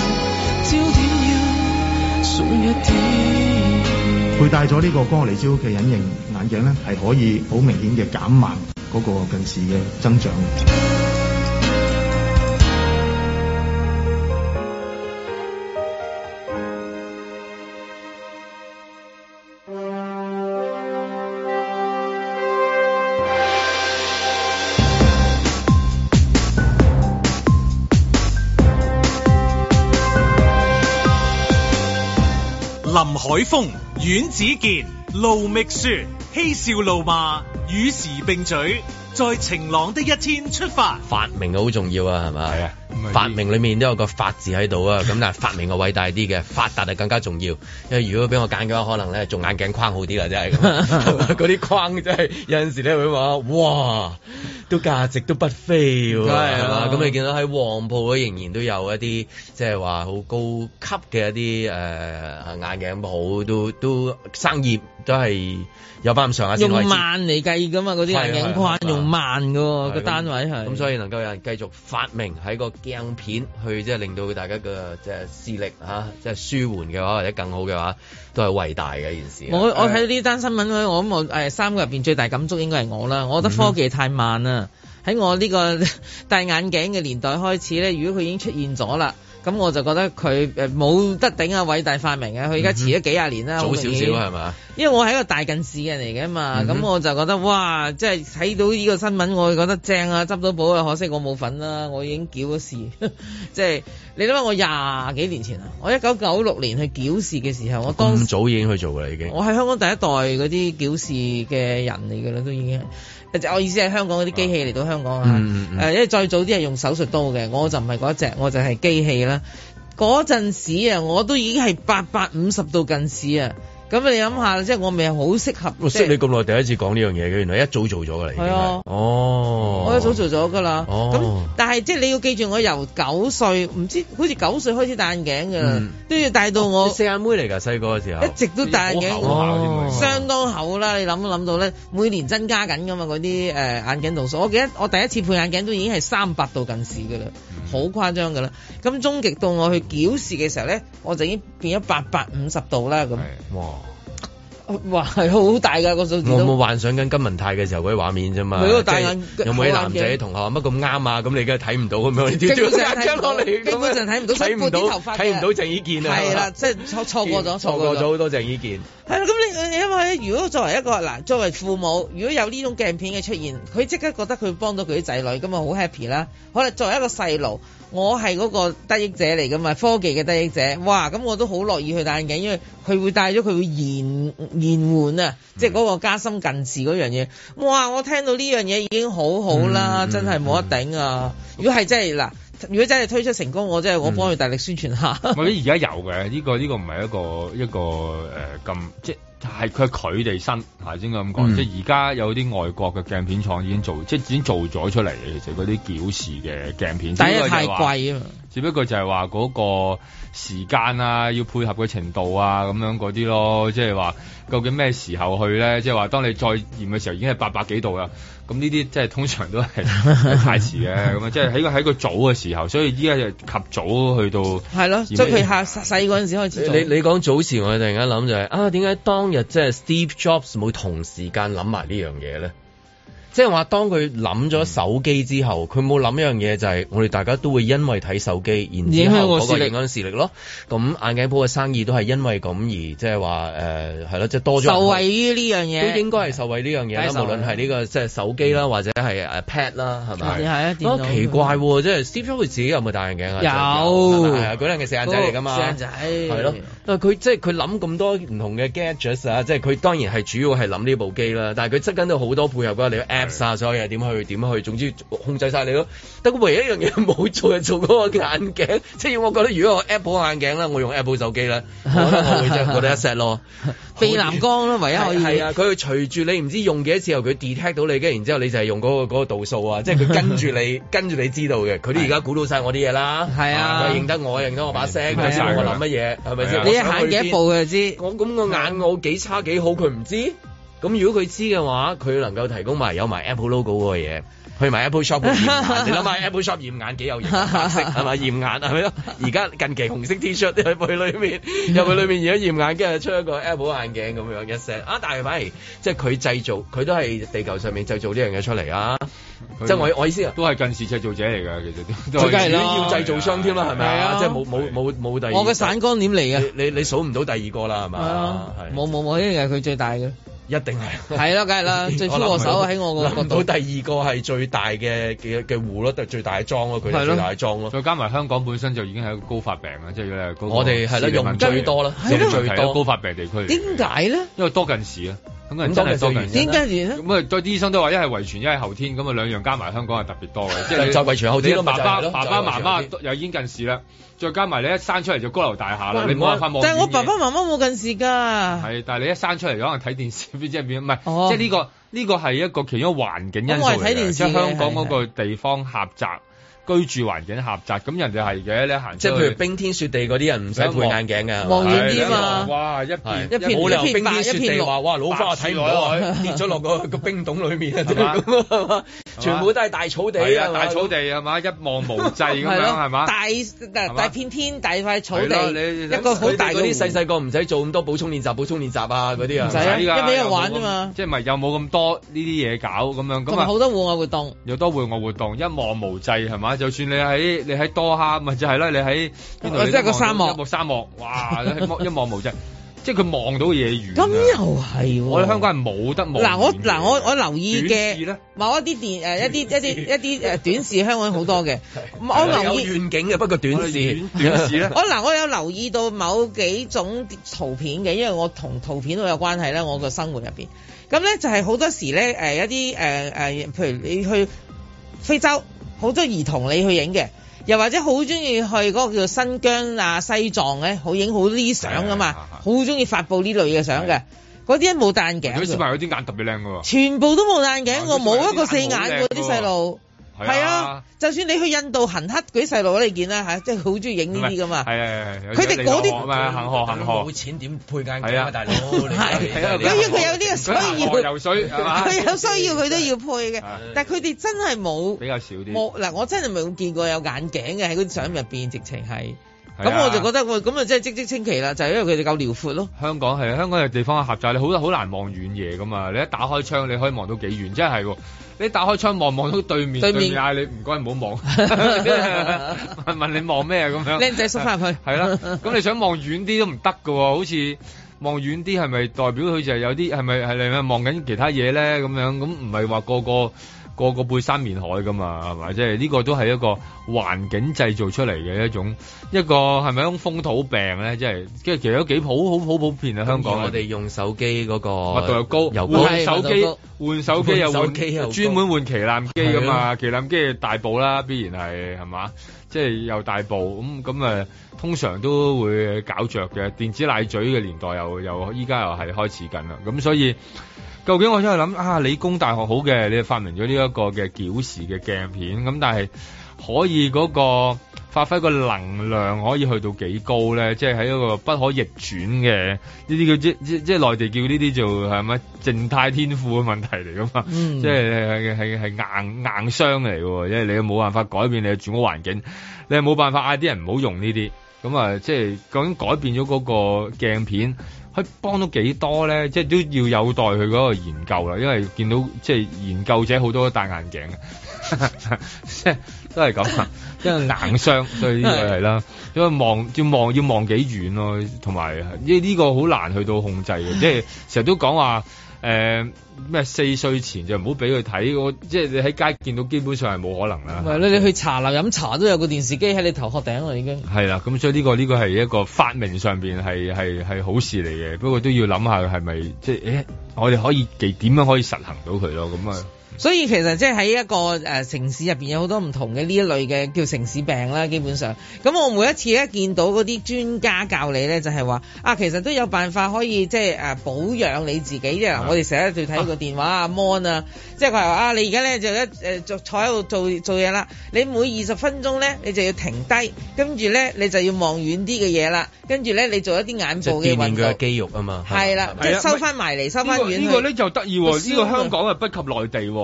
M: 焦點要鬆一點。
L: 佩戴咗呢個光學離焦嘅隱形眼鏡咧，係可以好明顯嘅減慢嗰個近視嘅增長。
A: 林海峰、阮子健、盧覓雪，嬉笑怒罵，與時並舉，在晴朗的一天出發。
F: 發明好重要啊，係咪？係啊，發明裡面都有個發字喺 度啊，咁但係發明個偉大啲嘅，發達就更加重要。因為如果俾我揀嘅話，可能咧做眼鏡框好啲啦，真係 咁嗰啲框真係有陣時咧會話，哇，都價值都不菲喎，
R: 梗係啦
F: 係嘛？咁你見到喺黃埔咧，仍然都有一啲即係話好高級嘅一啲誒、呃眼鏡鋪，都都生意都係有翻咁上下先可以
D: 用
F: 知
D: 萬嚟計㗎嘛，嗰啲眼鏡框
F: 係係係啊
D: 用萬㗎喎，
F: 係啊
D: 個單哦位係。
F: 咁所以能夠有人繼續發明喺個鏡片去即係令到大家嘅即係視力啊，即係舒緩嘅話或者更好嘅話，都係偉大嘅一件事。啊
D: 我我睇到呢單新聞咧，我諗我誒三個入邊最大感觸應該係我啦。
F: 嗯
D: 我覺得科技太慢啦，喺我呢個 戴眼鏡嘅年代開始咧，如果佢已經出現咗啦。咁我就覺得佢誒冇得頂啊！偉大發明啊！佢而家遲咗幾廿年啦，好
F: 嗯早
D: 明
F: 少少啊
D: 顯
F: 係嘛？
D: 因為我係一個大近視嘅人嚟嘅嘛，
F: 嗯
D: 咁、
F: 哼
D: 我就覺得哇，即係睇到呢個新聞，我覺得正啊，執到寶啊，可惜我冇份啦，我已經繳咗事， 即係你諗下，我廿幾年前啊，我一九九六年去繳事嘅時候，我當時
F: 咁早已經去做㗎啦，已經。
D: 我係香港第一代嗰啲繳事嘅人嚟㗎啦，都已經係。我意思係香港嗰啲機器嚟到香港啊，誒、
F: 嗯嗯
D: 因為再早啲係用手術刀嘅，我就唔係嗰一隻，我就係機器啦。嗰陣時啊，我都已經係八百五十度近視啊，咁你諗下，即係我咪好適合。
F: 我
D: 即係
F: 識你咁耐，第一次講呢樣嘢嘅，原來一早做咗㗎啦，已經
D: 係
F: 係
D: 啊。
F: 哦，
D: 我一早做咗㗎啦，咁、
F: 哦
D: 但係即係你要記住，我由九歲，唔知好似九歲開始戴眼鏡㗎啦，
F: 嗯啊
D: 都要戴到我
F: 四眼妹嚟㗎，細個嘅時候
D: 一直都戴眼鏡，
F: 好厚添喎
D: 相當厚啦。你諗都諗到咧，每年增加緊㗎嘛嗰啲誒呃眼鏡度數。我記得我第一次配眼鏡都已經係三百度近視㗎啦，
F: 嗯
D: 好誇張㗎啦。咁終極到我去矯視嘅時候咧，我就已經變咗八百五十度啦咁。
F: 哇！
D: 哇，係好大㗎個數字
F: 我冇
D: 都。
F: 幻想緊金文泰嘅時候嗰啲畫面啫嘛，
D: 咪嗰個戴眼
F: 即係有冇啲男仔同學話乜咁啱啊？咁你梗係睇唔到咁樣，你
D: 基
F: 掉
D: 本
F: 咗
D: 上
F: 眼
D: 睇
F: 鏡
D: 唔
F: 落
D: 到，
F: 嚟，
D: 基本上睇唔到，所以
F: 睇
D: 撥
F: 唔到
D: 啲頭髮嘅
F: 睇唔到鄭伊健啊，
D: 係啦，即係錯錯過咗，
F: 錯
D: 錯
F: 過
D: 過
F: 咗
D: 咗。
F: 好多鄭伊健。
D: 係啦，咁你你因為如果作為一個嗱，作為父母，如果有呢種鏡片嘅出現，佢即刻覺得佢幫到佢啲仔女，咁啊好 happy 啦。可能作為一個細路，我係嗰個得益者嚟噶嘛，科技嘅得益者，哇！咁我都好樂意去戴眼鏡，因為佢會戴咗佢會延延緩
F: 嗯
D: 啊，即係嗰個加深近視嗰樣嘢。哇！我聽到呢樣嘢已經好好啦，
F: 嗯嗯
D: 真係冇得頂啊！如果係真係嗱，如果真係推出成功，我真係我幫佢大力宣傳下。
F: 嗯
C: 唔係而家有嘅，呢、個呢、個唔係一個一個誒咁、即係佢佢哋新嚇先咁講，
N: 嗯
C: 即係而家有啲外國嘅鏡片廠已經做，即係已經做咗出嚟嘅，其實嗰啲矯視嘅鏡片，
D: 但
C: 只不過就
D: 係太
C: 係話
D: 貴啊嘛。
C: 只不過就係話嗰個時間啊，要配合嘅程度啊，咁樣嗰啲咯，即係話究竟咩時候去咧？即係話當你再驗嘅時候已經係八百幾度啦。咁呢啲即係通常都 係係太遲嘅，咁啊，即係喺個喺個早嘅時候，所以依家就及早去到
D: 係咯，所以佢下細嗰陣時開始做。
F: 你你講早時，我突然間諗就係、啊，點解當日即係 Steve Jobs 冇同時間諗埋呢樣嘢咧？即係話當佢諗咗手機之後，佢冇諗一樣嘢就係、我哋大家都會因為睇手機，然之
R: 影響
F: 後
R: 我
F: 嗰個
R: 視力
F: 影響視力咯。咁眼鏡鋪嘅生意都係因為咁而即係話誒係咯，即係多咗人
D: 受惠於呢樣嘢
F: 都應該係受惠呢樣嘢
D: 梗係
F: 啦。
D: 受
F: 無
D: 惠嗯
F: 論係呢個即係手機啦，或者係誒 pad 啦，係咪？
D: 係啊電腦
F: 啊奇怪喎，即係 Steve Jobs 自己有冇戴眼鏡啊？
D: 有
F: 係啊，嗰兩嘅四眼仔嚟㗎嘛，
D: 四眼仔
F: 係咯。但係佢即係佢諗咁多唔同嘅 gadgets 啊，即係佢當然係主要係諗呢部機啦，但係佢側跟到好多配合嗰你嘅 apps 啊，所有嘢點去點去，總之控制晒你咯。得佢唯一一樣嘢冇做就做嗰個眼鏡， 即係我覺得如果我 Apple 眼鏡啦，我用 Apple 手機 啦，我覺得我會真係覺得一 set 咯。
D: 避藍光咯，唯一可以。
F: 係係啊，佢會隨住你唔知用幾多次後，佢 detect 到你，跟住然之後你就係用嗰、個嗰、個度數啊，即係佢跟住你跟住你知道嘅。佢都而家估到晒我啲嘢啦，係
D: 啊
F: 佢認得我，認得我把聲，
D: 係啊
F: 佢知道我諗乜嘢，係咪
D: 係
F: 先？
D: 啊你行幾多步佢就知。
F: 我咁個眼我幾差幾好，佢唔知。咁如果佢知嘅話，佢能夠提供埋有埋 Apple logo 嗰個嘢，去埋 Apple Shop 驗眼。你諗下 Apple Shop 驗眼幾有型，白色係咪驗眼係咪咯？而家近期紅色 T-shirt 都入去裏面，入去裏面而家驗眼，跟住出一個 Apple 眼鏡咁樣一 set 啊！但係反而即係佢製造，佢都係地球上面製造呢樣嘢出嚟啊！
C: 佢
F: 即係我我意思啊，
C: 都係近視製造者嚟㗎，其實都
F: 佢梗係啦要製造商添啦，係咪啊？即係冇冇冇冇第二。
D: 我嘅散光點嚟嘅，
F: 你你數唔到第二個啦，係
D: 係
F: 嘛？
D: 啊
F: 係，
D: 冇冇冇，呢樣係佢最大嘅。
F: 一定係
D: 係啦梗係 啦最粗我手啊喺我個角
F: 諗
D: 度
F: 到第二個係最大嘅嘅嘅戶咯，最大嘅裝咯，佢哋最大嘅裝咯。
C: 再加埋香港本身就已經係一個高發病啦，即係如果你係嗰個
F: 我哋係啦
C: 視力
F: 用
C: 問題
F: 最多啦
C: 視力
F: 用
C: 問
F: 最
C: 題啦
F: 多
C: 高發病地區嚟嘅。
D: 點解咧？
C: 因為多近視啊，咁人真係多近視。
D: 點解原因
C: 咁啊，再啲醫生都話一係遺傳，一係後天，咁啊兩樣加埋香港係特別多 嘅，即係你
F: 就遺傳後天
C: 你
F: 咯咪
C: 爸
F: 就係
C: 爸
F: 咯就
C: 爸
F: 係遺傳
C: 爸
F: 後
C: 媽媽都又已經近視啦，再加埋你一生出嚟就高樓大廈啦，你冇
F: 啊
C: 辦法望。
D: 但係我爸爸媽媽冇近 視㗎。
C: 係，但係你一生出嚟可能睇電視， 即係變唔係，
D: 哦
C: 即係呢個呢個係一個其中一個環境因
D: 咁
C: 素
D: 我係
C: 嚟
D: 睇電
C: 嘅，
D: 視
C: 即係香港
D: 嘅
C: 嗰個地方狹窄，居住環境狹窄，咁人哋係嘅，你行
F: 即係
C: 出
F: 譬如
C: 去
F: 冰天雪地嗰啲人唔使配眼鏡㗎，
D: 望遠啲嘛
F: 係
C: 哇一片
F: 係冇理由冰天雪地話哇老花
C: 白
F: 睇
C: 雪
F: 唔
C: 皑
F: 到啊
C: 皑，
F: 跌咗落個 個冰洞裡面啊，
C: 係嘛
F: 咁啊係嘛全部都係大草地
C: 係啊
F: 係嘛
C: 大草地係嘛，一望無際咁樣係嘛，
D: 大大大片天，大塊草
F: 係咯
D: 地，
F: 你
D: 一個好大
F: 佢哋
D: 嘅
F: 嗰啲
D: 湖
F: 細細個唔使做咁多補充練習、補充練習啊嗰啲啊，
D: 唔使啊
C: 係㗎
D: 一味人玩
C: 又冇咁
D: 啫嘛，
C: 即係咪又冇咁多呢啲嘢搞咁樣
D: 同
C: 咁
D: 埋
C: 啊
D: 好？多戶外活動。
C: 有多會我活動，一望無際係嘛？就算你喺你喺多哈，咪就係啦，你喺邊度？
D: 哦
C: 你
D: 即係
C: 都
D: 個
C: 望到
D: 沙漠
C: 一個沙漠，哇！一望一望無際，即係佢望到嘢遠。咁
D: 又係，
C: 我哋香港人冇得望。
D: 嗱我嗱我我留意
C: 短視
D: 嘅
C: 呢
D: 某一啲電誒一啲一啲一啲誒短視香港好多 嘅，我
F: 我
D: 留
F: 有
D: 意。
F: 遠景嘅，不過短視
C: 短視咧
D: 我嗱，我有留意到某幾種圖片嘅，因為我同圖片都有關係啦，我個生活入邊。咁咧就係、好多時呃咧，誒、一啲誒誒，譬如你去非洲，好多兒童你去影嘅。又或者好中意去嗰個叫新疆啊、西藏咧，好影好呢啲相噶嘛，好中意發布呢類嘅相嘅。嗰啲咧冇戴眼
C: 嗰啲小
D: 鏡
C: 朋
D: 㗎，
C: 友啲眼特別靚㗎喎。
D: 全部都冇戴眼
C: 啊
D: 鏡
C: 嗰啲
D: 喎，冇一個四
C: 小朋友
D: 眼
C: 啲眼
D: 喎
C: 好
D: 啲
C: 靚
D: 細路。
C: 喎
D: 係
C: 係
D: 啊
C: 啊，
D: 就算你去印度行乞嗰啲細路咧，你見啦嚇，即係好中意影呢啲噶嘛。
C: 係係係，
D: 佢哋嗰啲
C: 唔係行河行河，冇錢點配眼鏡啊，大佬！ 係啊，
D: 因為佢有呢個需
C: 佢行河
D: 要，
C: 游水係 嘛
D: 佢有需要佢都要配嘅。但係佢哋真係冇
C: 比較少啲。
D: 冇嗱，我真係冇見過有眼鏡嘅喺嗰啲相入邊，直情係。
C: 係啊
D: 咁我就覺得喂，咁啊真係積積清奇啦，就係因為佢哋夠遼闊咯。
C: 香港係啊香港嘅地方狹窄，你好好難望遠嘢噶嘛。你一打開窗，你可以望到幾遠，真係喎。你打開窗望望到對面，
D: 對
C: 對
D: 面
C: 面嗌你唔該唔好 望，問 問你望咩咁樣。
D: 靚仔縮返入去
C: 係啦。咁你想望遠啲都唔得㗎喎，好似望遠啲係咪代表佢就係有啲係咪係你咪望緊其他嘢咧咁樣？咁唔係話個個。個個背山面海㗎嘛，係咪？即係呢個都係一個環境製造出嚟嘅一種一個係咪一種風土病咧？即係即係其實都幾普好好普遍啊！香港
F: 我哋用手機嗰個
C: 密度又高，
F: 哦又
C: 換手機換手機又
F: 換手
C: 換，
F: 機又高
C: 專門換旗艦機㗎
F: 係
C: 嘛，旗艦機大部啦，必然係係嘛，即係又大部咁咁啊，通常都會搞着嘅。電子奶嘴嘅年代又又依家又係開始緊啦，咁所以。究竟我真係諗啊，理工大學好嘅，你發明咗呢一個嘅矯視嘅鏡片，咁但係可以嗰個發揮個能量可以去到幾高咧？即係喺一個不可逆轉嘅呢啲叫即即即係內地叫呢啲做係咪靜態天賦嘅問題嚟噶嘛？
N: 嗯
C: 即係係係係硬硬傷嚟嘅喎，因為你冇辦法改變你嘅住屋環境，你係冇辦法嗌啲人唔好用呢啲。咁啊，即係究竟改變咗嗰個鏡片，可以幫到幾多咧？即係都要有待佢嗰個研究啦，因為見到即係研究者好多都戴眼鏡嘅， 即係都係咁啊，因為硬傷，所以呢呃個係啦，因為望要望要望幾遠咯，同埋呢呢個好難去到控制嘅，即係成日都講話。誒呃咩、四歲前就唔好俾佢睇，我即係你喺街見到基本上係冇可能啦。
R: 唔係你你去茶樓飲茶都有個電視機喺你頭殼頂啦已經。
C: 係啦，咁所以呢、個呢、個係一個發明上邊係係係好事嚟嘅，不過都要諗下係咪即係誒，我哋可以幾點樣可以實行到佢咯？咁啊，
D: 所以其實即係喺一個誒、呃城市入邊有好多唔同嘅呢一類嘅叫城市病啦，基本上。咁我每一次咧見到嗰啲專家教你咧，就係、話啊，其實都有辦法可以即係誒保養你自己啫。嗱我哋成日都睇個電話啊 mon 啊，即係佢話啊，你而家咧就一誒坐坐喺度做做嘢啦，你每二十分鐘咧你就要停低，跟住咧你就要望遠啲嘅嘢啦，跟住咧你做一啲眼
F: 即
D: 部
F: 係鍛鍊
D: 嘅運
F: 佢嘅
D: 動。
F: 肌肉啊嘛。
D: 係啦，即
C: 係
D: 係
C: 啊
D: 收翻埋嚟，收翻
C: 呢個
D: 遠
C: 啊呢個
D: 去
C: 咧就得意
D: 個
C: 喎，呢
D: 燒
C: 個
D: 嘅
C: 香港啊不及內地喎。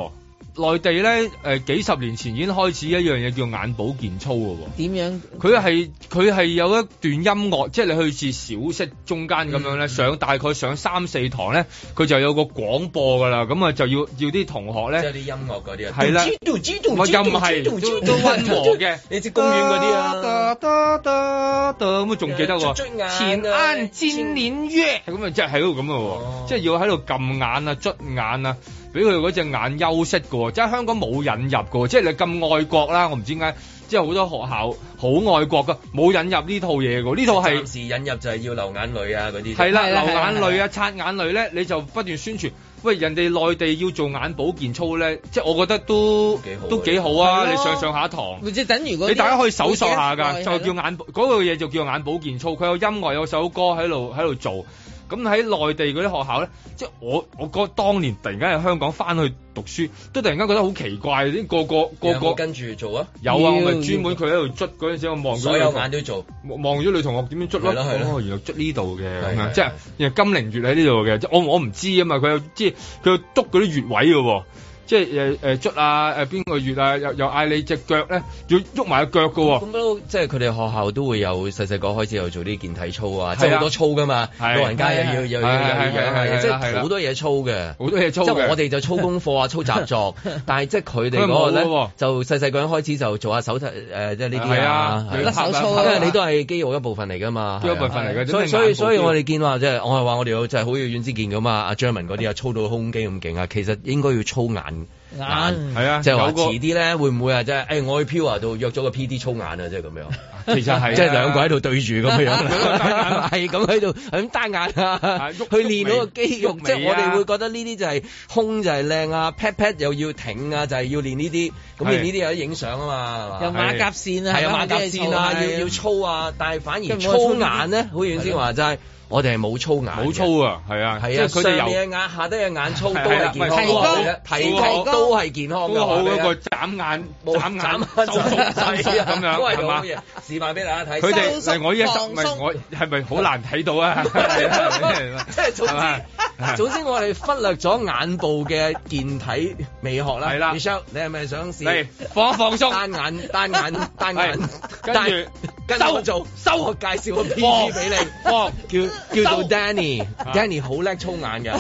C: 內地咧，誒、幾十年前已經開始一樣嘢叫眼保健操嘅喎。
D: 點樣？
C: 佢係佢係有一段音樂，即係你去似小息中間咁樣咧，上大概上三四堂咧，佢就有個廣播㗎啦，咁啊就要要啲同學咧，
F: 即係啲音樂嗰啲啊
C: 係啦，
F: 知道知道
C: 我
F: 知道
C: 又唔
F: 知
C: 係
F: 道
C: 都
F: 知道
C: 都溫和嘅，
F: 你知公園嗰啲啊
C: 得得得得咁啊仲記得
F: 捽捽
C: 喎，
F: 眼
C: 前眼尖臉月咁啊，即係喺度咁嘅喎，即係要喺度撳眼啊、捽眼啊。俾佢嗰隻眼休息嘅喎，即係香港冇引入嘅喎，即係你咁愛國啦，我唔知點解，即係好多學校好愛國嘅，冇引入呢套嘢嘅喎，呢套係
F: 暫時引入就係要流眼淚啊嗰啲。
C: 係啦，流眼淚啊、擦眼淚咧，你就不斷宣傳。喂，人哋內地要做眼保健操咧，即係我覺得都都幾好
D: 係
C: 啊！
D: 咯
C: 你上上下堂，
D: 咪即係等於嗰啲
C: 你大家可以搜索下
D: 每
C: 㗎，
D: 幾日內
C: 就
D: 係
C: 叫眼保嗰個嘢就叫眼保健操，佢有音樂有首歌喺度喺度做。咁喺內地嗰啲學校咧，即係我我哥當年突然間喺香港翻去讀書，都突然間覺得好奇怪，啲個個
F: 個
C: 個
F: 個
C: 個
F: 跟住做啊。
C: 有啊，我咪專門佢喺度捽嗰陣時，我望咗
F: 所有眼都做，
C: 望咗女同學點樣捽咯。
F: 係咯係咯
C: 哦，原來捽呢度嘅
F: 係
C: 咁樣，
F: 係
C: 即係原來金陵穴喺呢度嘅，即係我我唔知啊嘛。佢有即係佢有督嗰啲穴位嘅喎。即係誒誒捽啊誒邊個穴啊，又又嗌你只腳咧要喐埋個腳嘅
F: 咁都即係佢哋學校都會有細細個開始有做啲健體操啊，即
C: 係
F: 係
C: 啊
F: 好多操噶嘛，
C: 係
F: 老人家又要
C: 係
F: 又要又要
C: 係係
F: 養
C: 係係
F: 啊，即
C: 係
F: 係
C: 啦
F: 好多嘢操嘅，
C: 好多嘢操嘅
F: 即係我哋就操功 課啊，操習作，但係即係佢哋嗰個
C: 佢冇嘅
F: 咧
C: 喎
F: 就細細個開始就做下手提誒，即係呢啲
C: 係
F: 啊
C: 啊，
F: 係
C: 甩手操啊
F: 因為你都係肌肉一部分嚟㗎嘛，啊
C: 肌肉一部分嚟㗎
F: 所以
C: 真係啊
F: 所以所以
C: 眼部肌肉
F: 我哋見話即係我係話我哋有就係好似阮之健咁啊，阿張文嗰啲啊，操到胸肌咁勁啊，其實應該要操眼。眼
C: 係啊
F: 即係話
C: 有個
F: 遲啲咧會唔會啊？即係誒，我去 Pure 度約咗個 PD 操眼啊，即係咁樣。
C: 其實係啊
F: 即係兩個喺度對住咁樣，
C: 係
F: 咁喺度咁單眼啊，去練嗰個肌肉。
C: 喐
F: 即係我
C: 尾
F: 哋
C: 啊
F: 會覺得呢啲就係胸就係靚啊，pat pat 又要挺啊，就係要練呢啲。咁練呢啲有得影相啊嘛，係
D: 有
F: 嘛
D: 馬甲線
F: 係
D: 啊
F: 啊
D: 係咪
F: 馬甲線啊，
D: 即係
F: 要要粗啊，但係反
D: 跟
F: 而
D: 住我
F: 粗
D: 粗啲
F: 眼咧，好遠先話齋。我哋係冇粗眼嘅，
C: 冇粗啊，係啊，
F: 係
C: 即
F: 啊，
C: 係佢哋
F: 上
C: 由
F: 面嘅眼、下低嘅眼粗都
C: 係啊
F: 係健康
C: 提高
F: 嘅，提高都係健康嘅。
C: 都好
F: 話俾你
C: 嗰個
F: 聽
C: 眨眼、
F: 冇
C: 眨眼、
F: 眨
C: 收縮、收縮咁樣，
F: 都係啊
C: 係嘛
F: 好？嘢。示範俾大家睇。
C: 佢哋
F: 收縮
C: 係我依家十
F: 放
C: 唔
F: 鬆
C: 係我係咪好難睇到 啊？
F: 即係總
C: 係嘛
F: 之， 總之我哋忽略咗眼部嘅健體美學啦。
C: 係啦
F: Michelle，你係咪想試？
C: 嚟放一放鬆
F: 單眼單 眼單眼
C: 係，跟住
F: 單跟住我做收，我介紹個 P G 俾
C: 放
F: 你，叫叫做 Danny，Danny 好叻粗眼 嘅。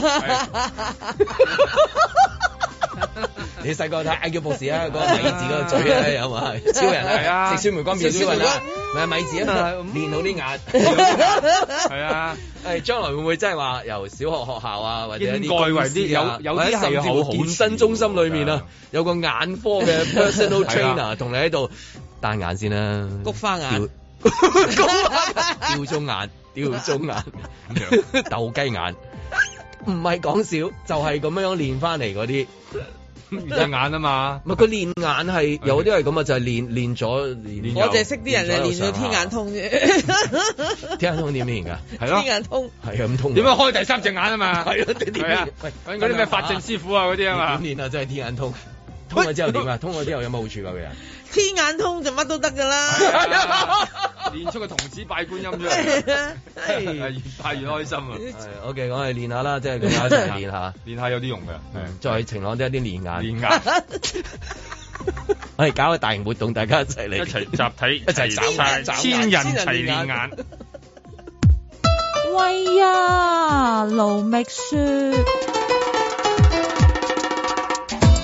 F: 你細個睇《艾叫博士》啊，嗰個米字嗰個嘴啊，有嘛？超人
C: 係啊
F: 食酸梅乾變超人啊，咪米字啊嘛，練到啲 眼。
C: 係啊，
F: 誒，哎將來會唔會真係話由小學學校啊，或者一
C: 應
F: 啲
C: 該
F: 公
C: 為
F: 司
C: 啲
F: 啊
C: 有有
F: 或者
C: 啲係
F: 甚至
C: 好
F: 乎健身中心裏面啊，有個眼科 嘅 personal
C: 係啊啦
F: trainer 同你喺度單眼先啦，
D: 菊花眼
F: 吊。 吊鐘眼，吊鐘眼，鬥雞眼，唔係講笑，就係咁樣練翻嚟嗰啲。
C: 隻眼啊嘛，
F: 唔係佢練眼係有啲係咁啊，就係練練咗練。
D: 我淨係識啲人係練到天眼，通啫，
F: 天眼通點練㗎？係咯
D: 天，眼通。
F: 係啊咁通㗎。
C: 點樣開第三隻眼啊嘛？
F: 係咯，你點
C: 係啊
F: 練？喂
C: 揾嗰啲咩法證師傅啊嗰啲啊嘛
F: 點練啊？真係天眼通。通咗之後點啊？通咗之後有乜好處㗎？佢啊人
D: 天眼通就乜都得㗎啦。
C: 係啊 練出個童子拜觀音 出嚟， 係哎越拜越開心啊！
F: 係 OK，我哋練下啦，即係咁樣一齊練 下，
C: 練下有啲用嘅，
F: 再晴朗啲一啲練眼。
C: 練 眼。
F: 我哋搞個大型活動，大家一齊 嚟，
C: 一齊集體
F: 一齊斬眼斬
C: 千人齊練
F: 眼。
C: 眼。
U: 喂
H: 啊
U: 呀，盧覓雪。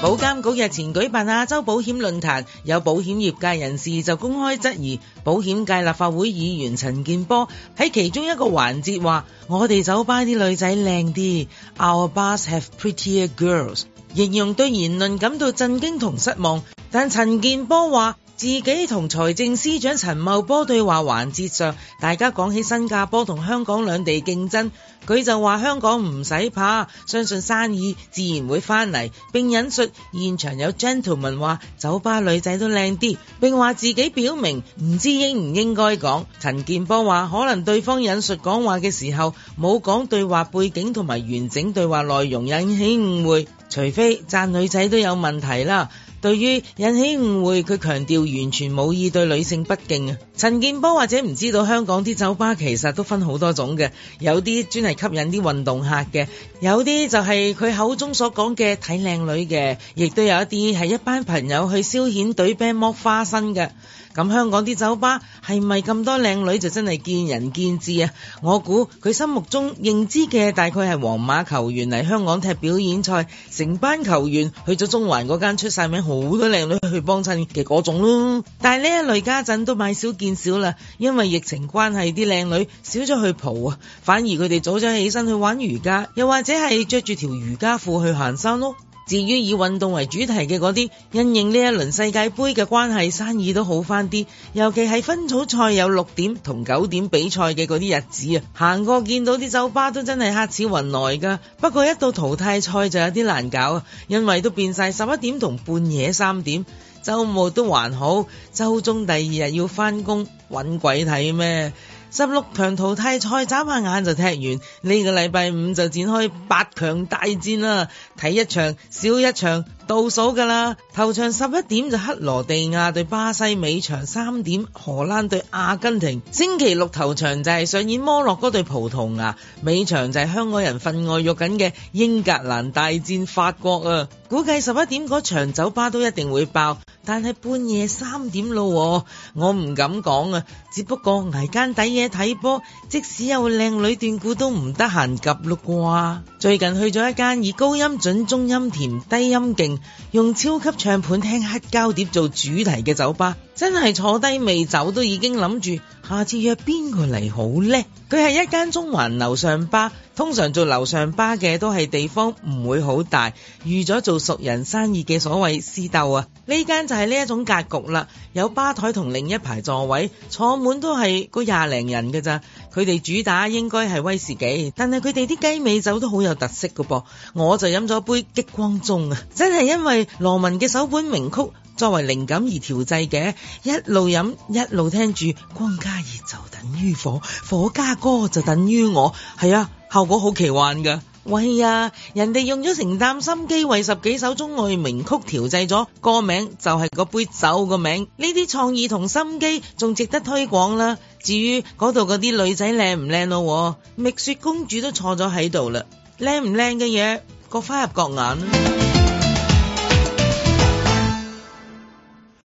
D: 保監局日前舉辦亞洲保險論壇，有保險業界人士就公開質疑保險界立法會議員陳健波喺其中一個環節話：我哋酒吧啲女仔靚啲，Our bars have prettier girls。形容對言論感到震驚同失望，但陳健波話。自己同財政司長陳茂波對話環節上，大家講起新加坡同香港兩地競爭，佢就話香港唔使怕，相信生意自然會翻嚟。並引述現場有 gentleman 話酒吧女仔都靚啲，並話自己表明唔知應唔應該講。陳健波話可能對方引述講話嘅時候冇講對話背景同埋完整對話內容，引起誤會。除非讚女仔都有問題啦。對於引起誤會，佢強調完全冇意對女性不敬啊！陳健波或者唔知道香港啲酒吧其實都分好多種嘅，有啲專係吸引啲運動客嘅，有啲就係佢口中所講嘅睇靚女嘅，亦都有一啲係一班朋友去消遣隊 band 剝花生嘅。咁香港啲酒吧係咪咁多靚女就真係見仁見智啊！我估佢心目中認知嘅大概係皇馬球員嚟香港踢表演賽，成班球員去咗中環嗰間出晒名好多靚女去幫襯嘅嗰種咯。但係呢一類家陣都買少見少啦，因為疫情關係啲靚女少咗去蒲啊，反而佢哋早咗起身去玩瑜伽，又或者係着住條瑜伽褲去行山咯。至於以運動為主題嘅嗰啲，因應呢一輪世界盃嘅關係，生意都好翻啲。尤其係分組賽有六點同九點比賽嘅嗰啲日子啊，行過見到啲酒吧都真係黑似雲來㗎。不過一到淘汰賽就有啲難搞啊，因為都變晒十一點同半夜三點。周末都還好，周中第二日要翻工，揾鬼睇咩？十六強淘汰賽眨下眼就踢完，呢、個禮拜五就展開八強大戰啦，睇一場少一場，倒數噶啦。頭場十一點就克羅地亞對巴西，尾場三點荷蘭對阿根廷。星期六頭場就係上演摩洛哥對葡萄牙，尾場就係香港人份外肉緊嘅英格蘭大戰法國啊！估計十一點嗰場酒吧都一定會爆，但係半夜三點咯喎，我唔敢講啊。只不過捱更抵夜睇波，即使有靚女斷估都唔得閒及咯啩。最近去咗一間以高音準、中音甜、低音勁，用超級唱盤聽黑膠碟做主題嘅酒吧，真係坐低未走都已經諗住下次約邊個嚟好呢？佢係一間中環樓上吧，通常做樓上吧嘅都係地方唔會好大，預咗做熟人生意嘅所謂私鬥啊！呢間就係呢一種格局啦，有吧台同另一排座位，坐滿都係嗰廿零人嘅咋。佢哋主打應該係威士忌，但係佢哋啲雞尾酒都好有特色嘅噃。我就飲咗杯激光中啊，真係因為羅文嘅首本名曲。作為靈感而調製嘅，一路飲一路聽住，光加熱就等於火，火加歌就等於我，係啊，效果好奇幻㗎。喂呀，人哋用咗成擔心機為十幾首中外名曲調製咗歌名，就係嗰杯酒個名，呢啲創意同心機仲值得推廣啦。至於嗰度嗰啲女仔靚唔靚咯，蜜雪公主都坐咗喺度啦，靚唔靚嘅嘢，各花入各眼啦。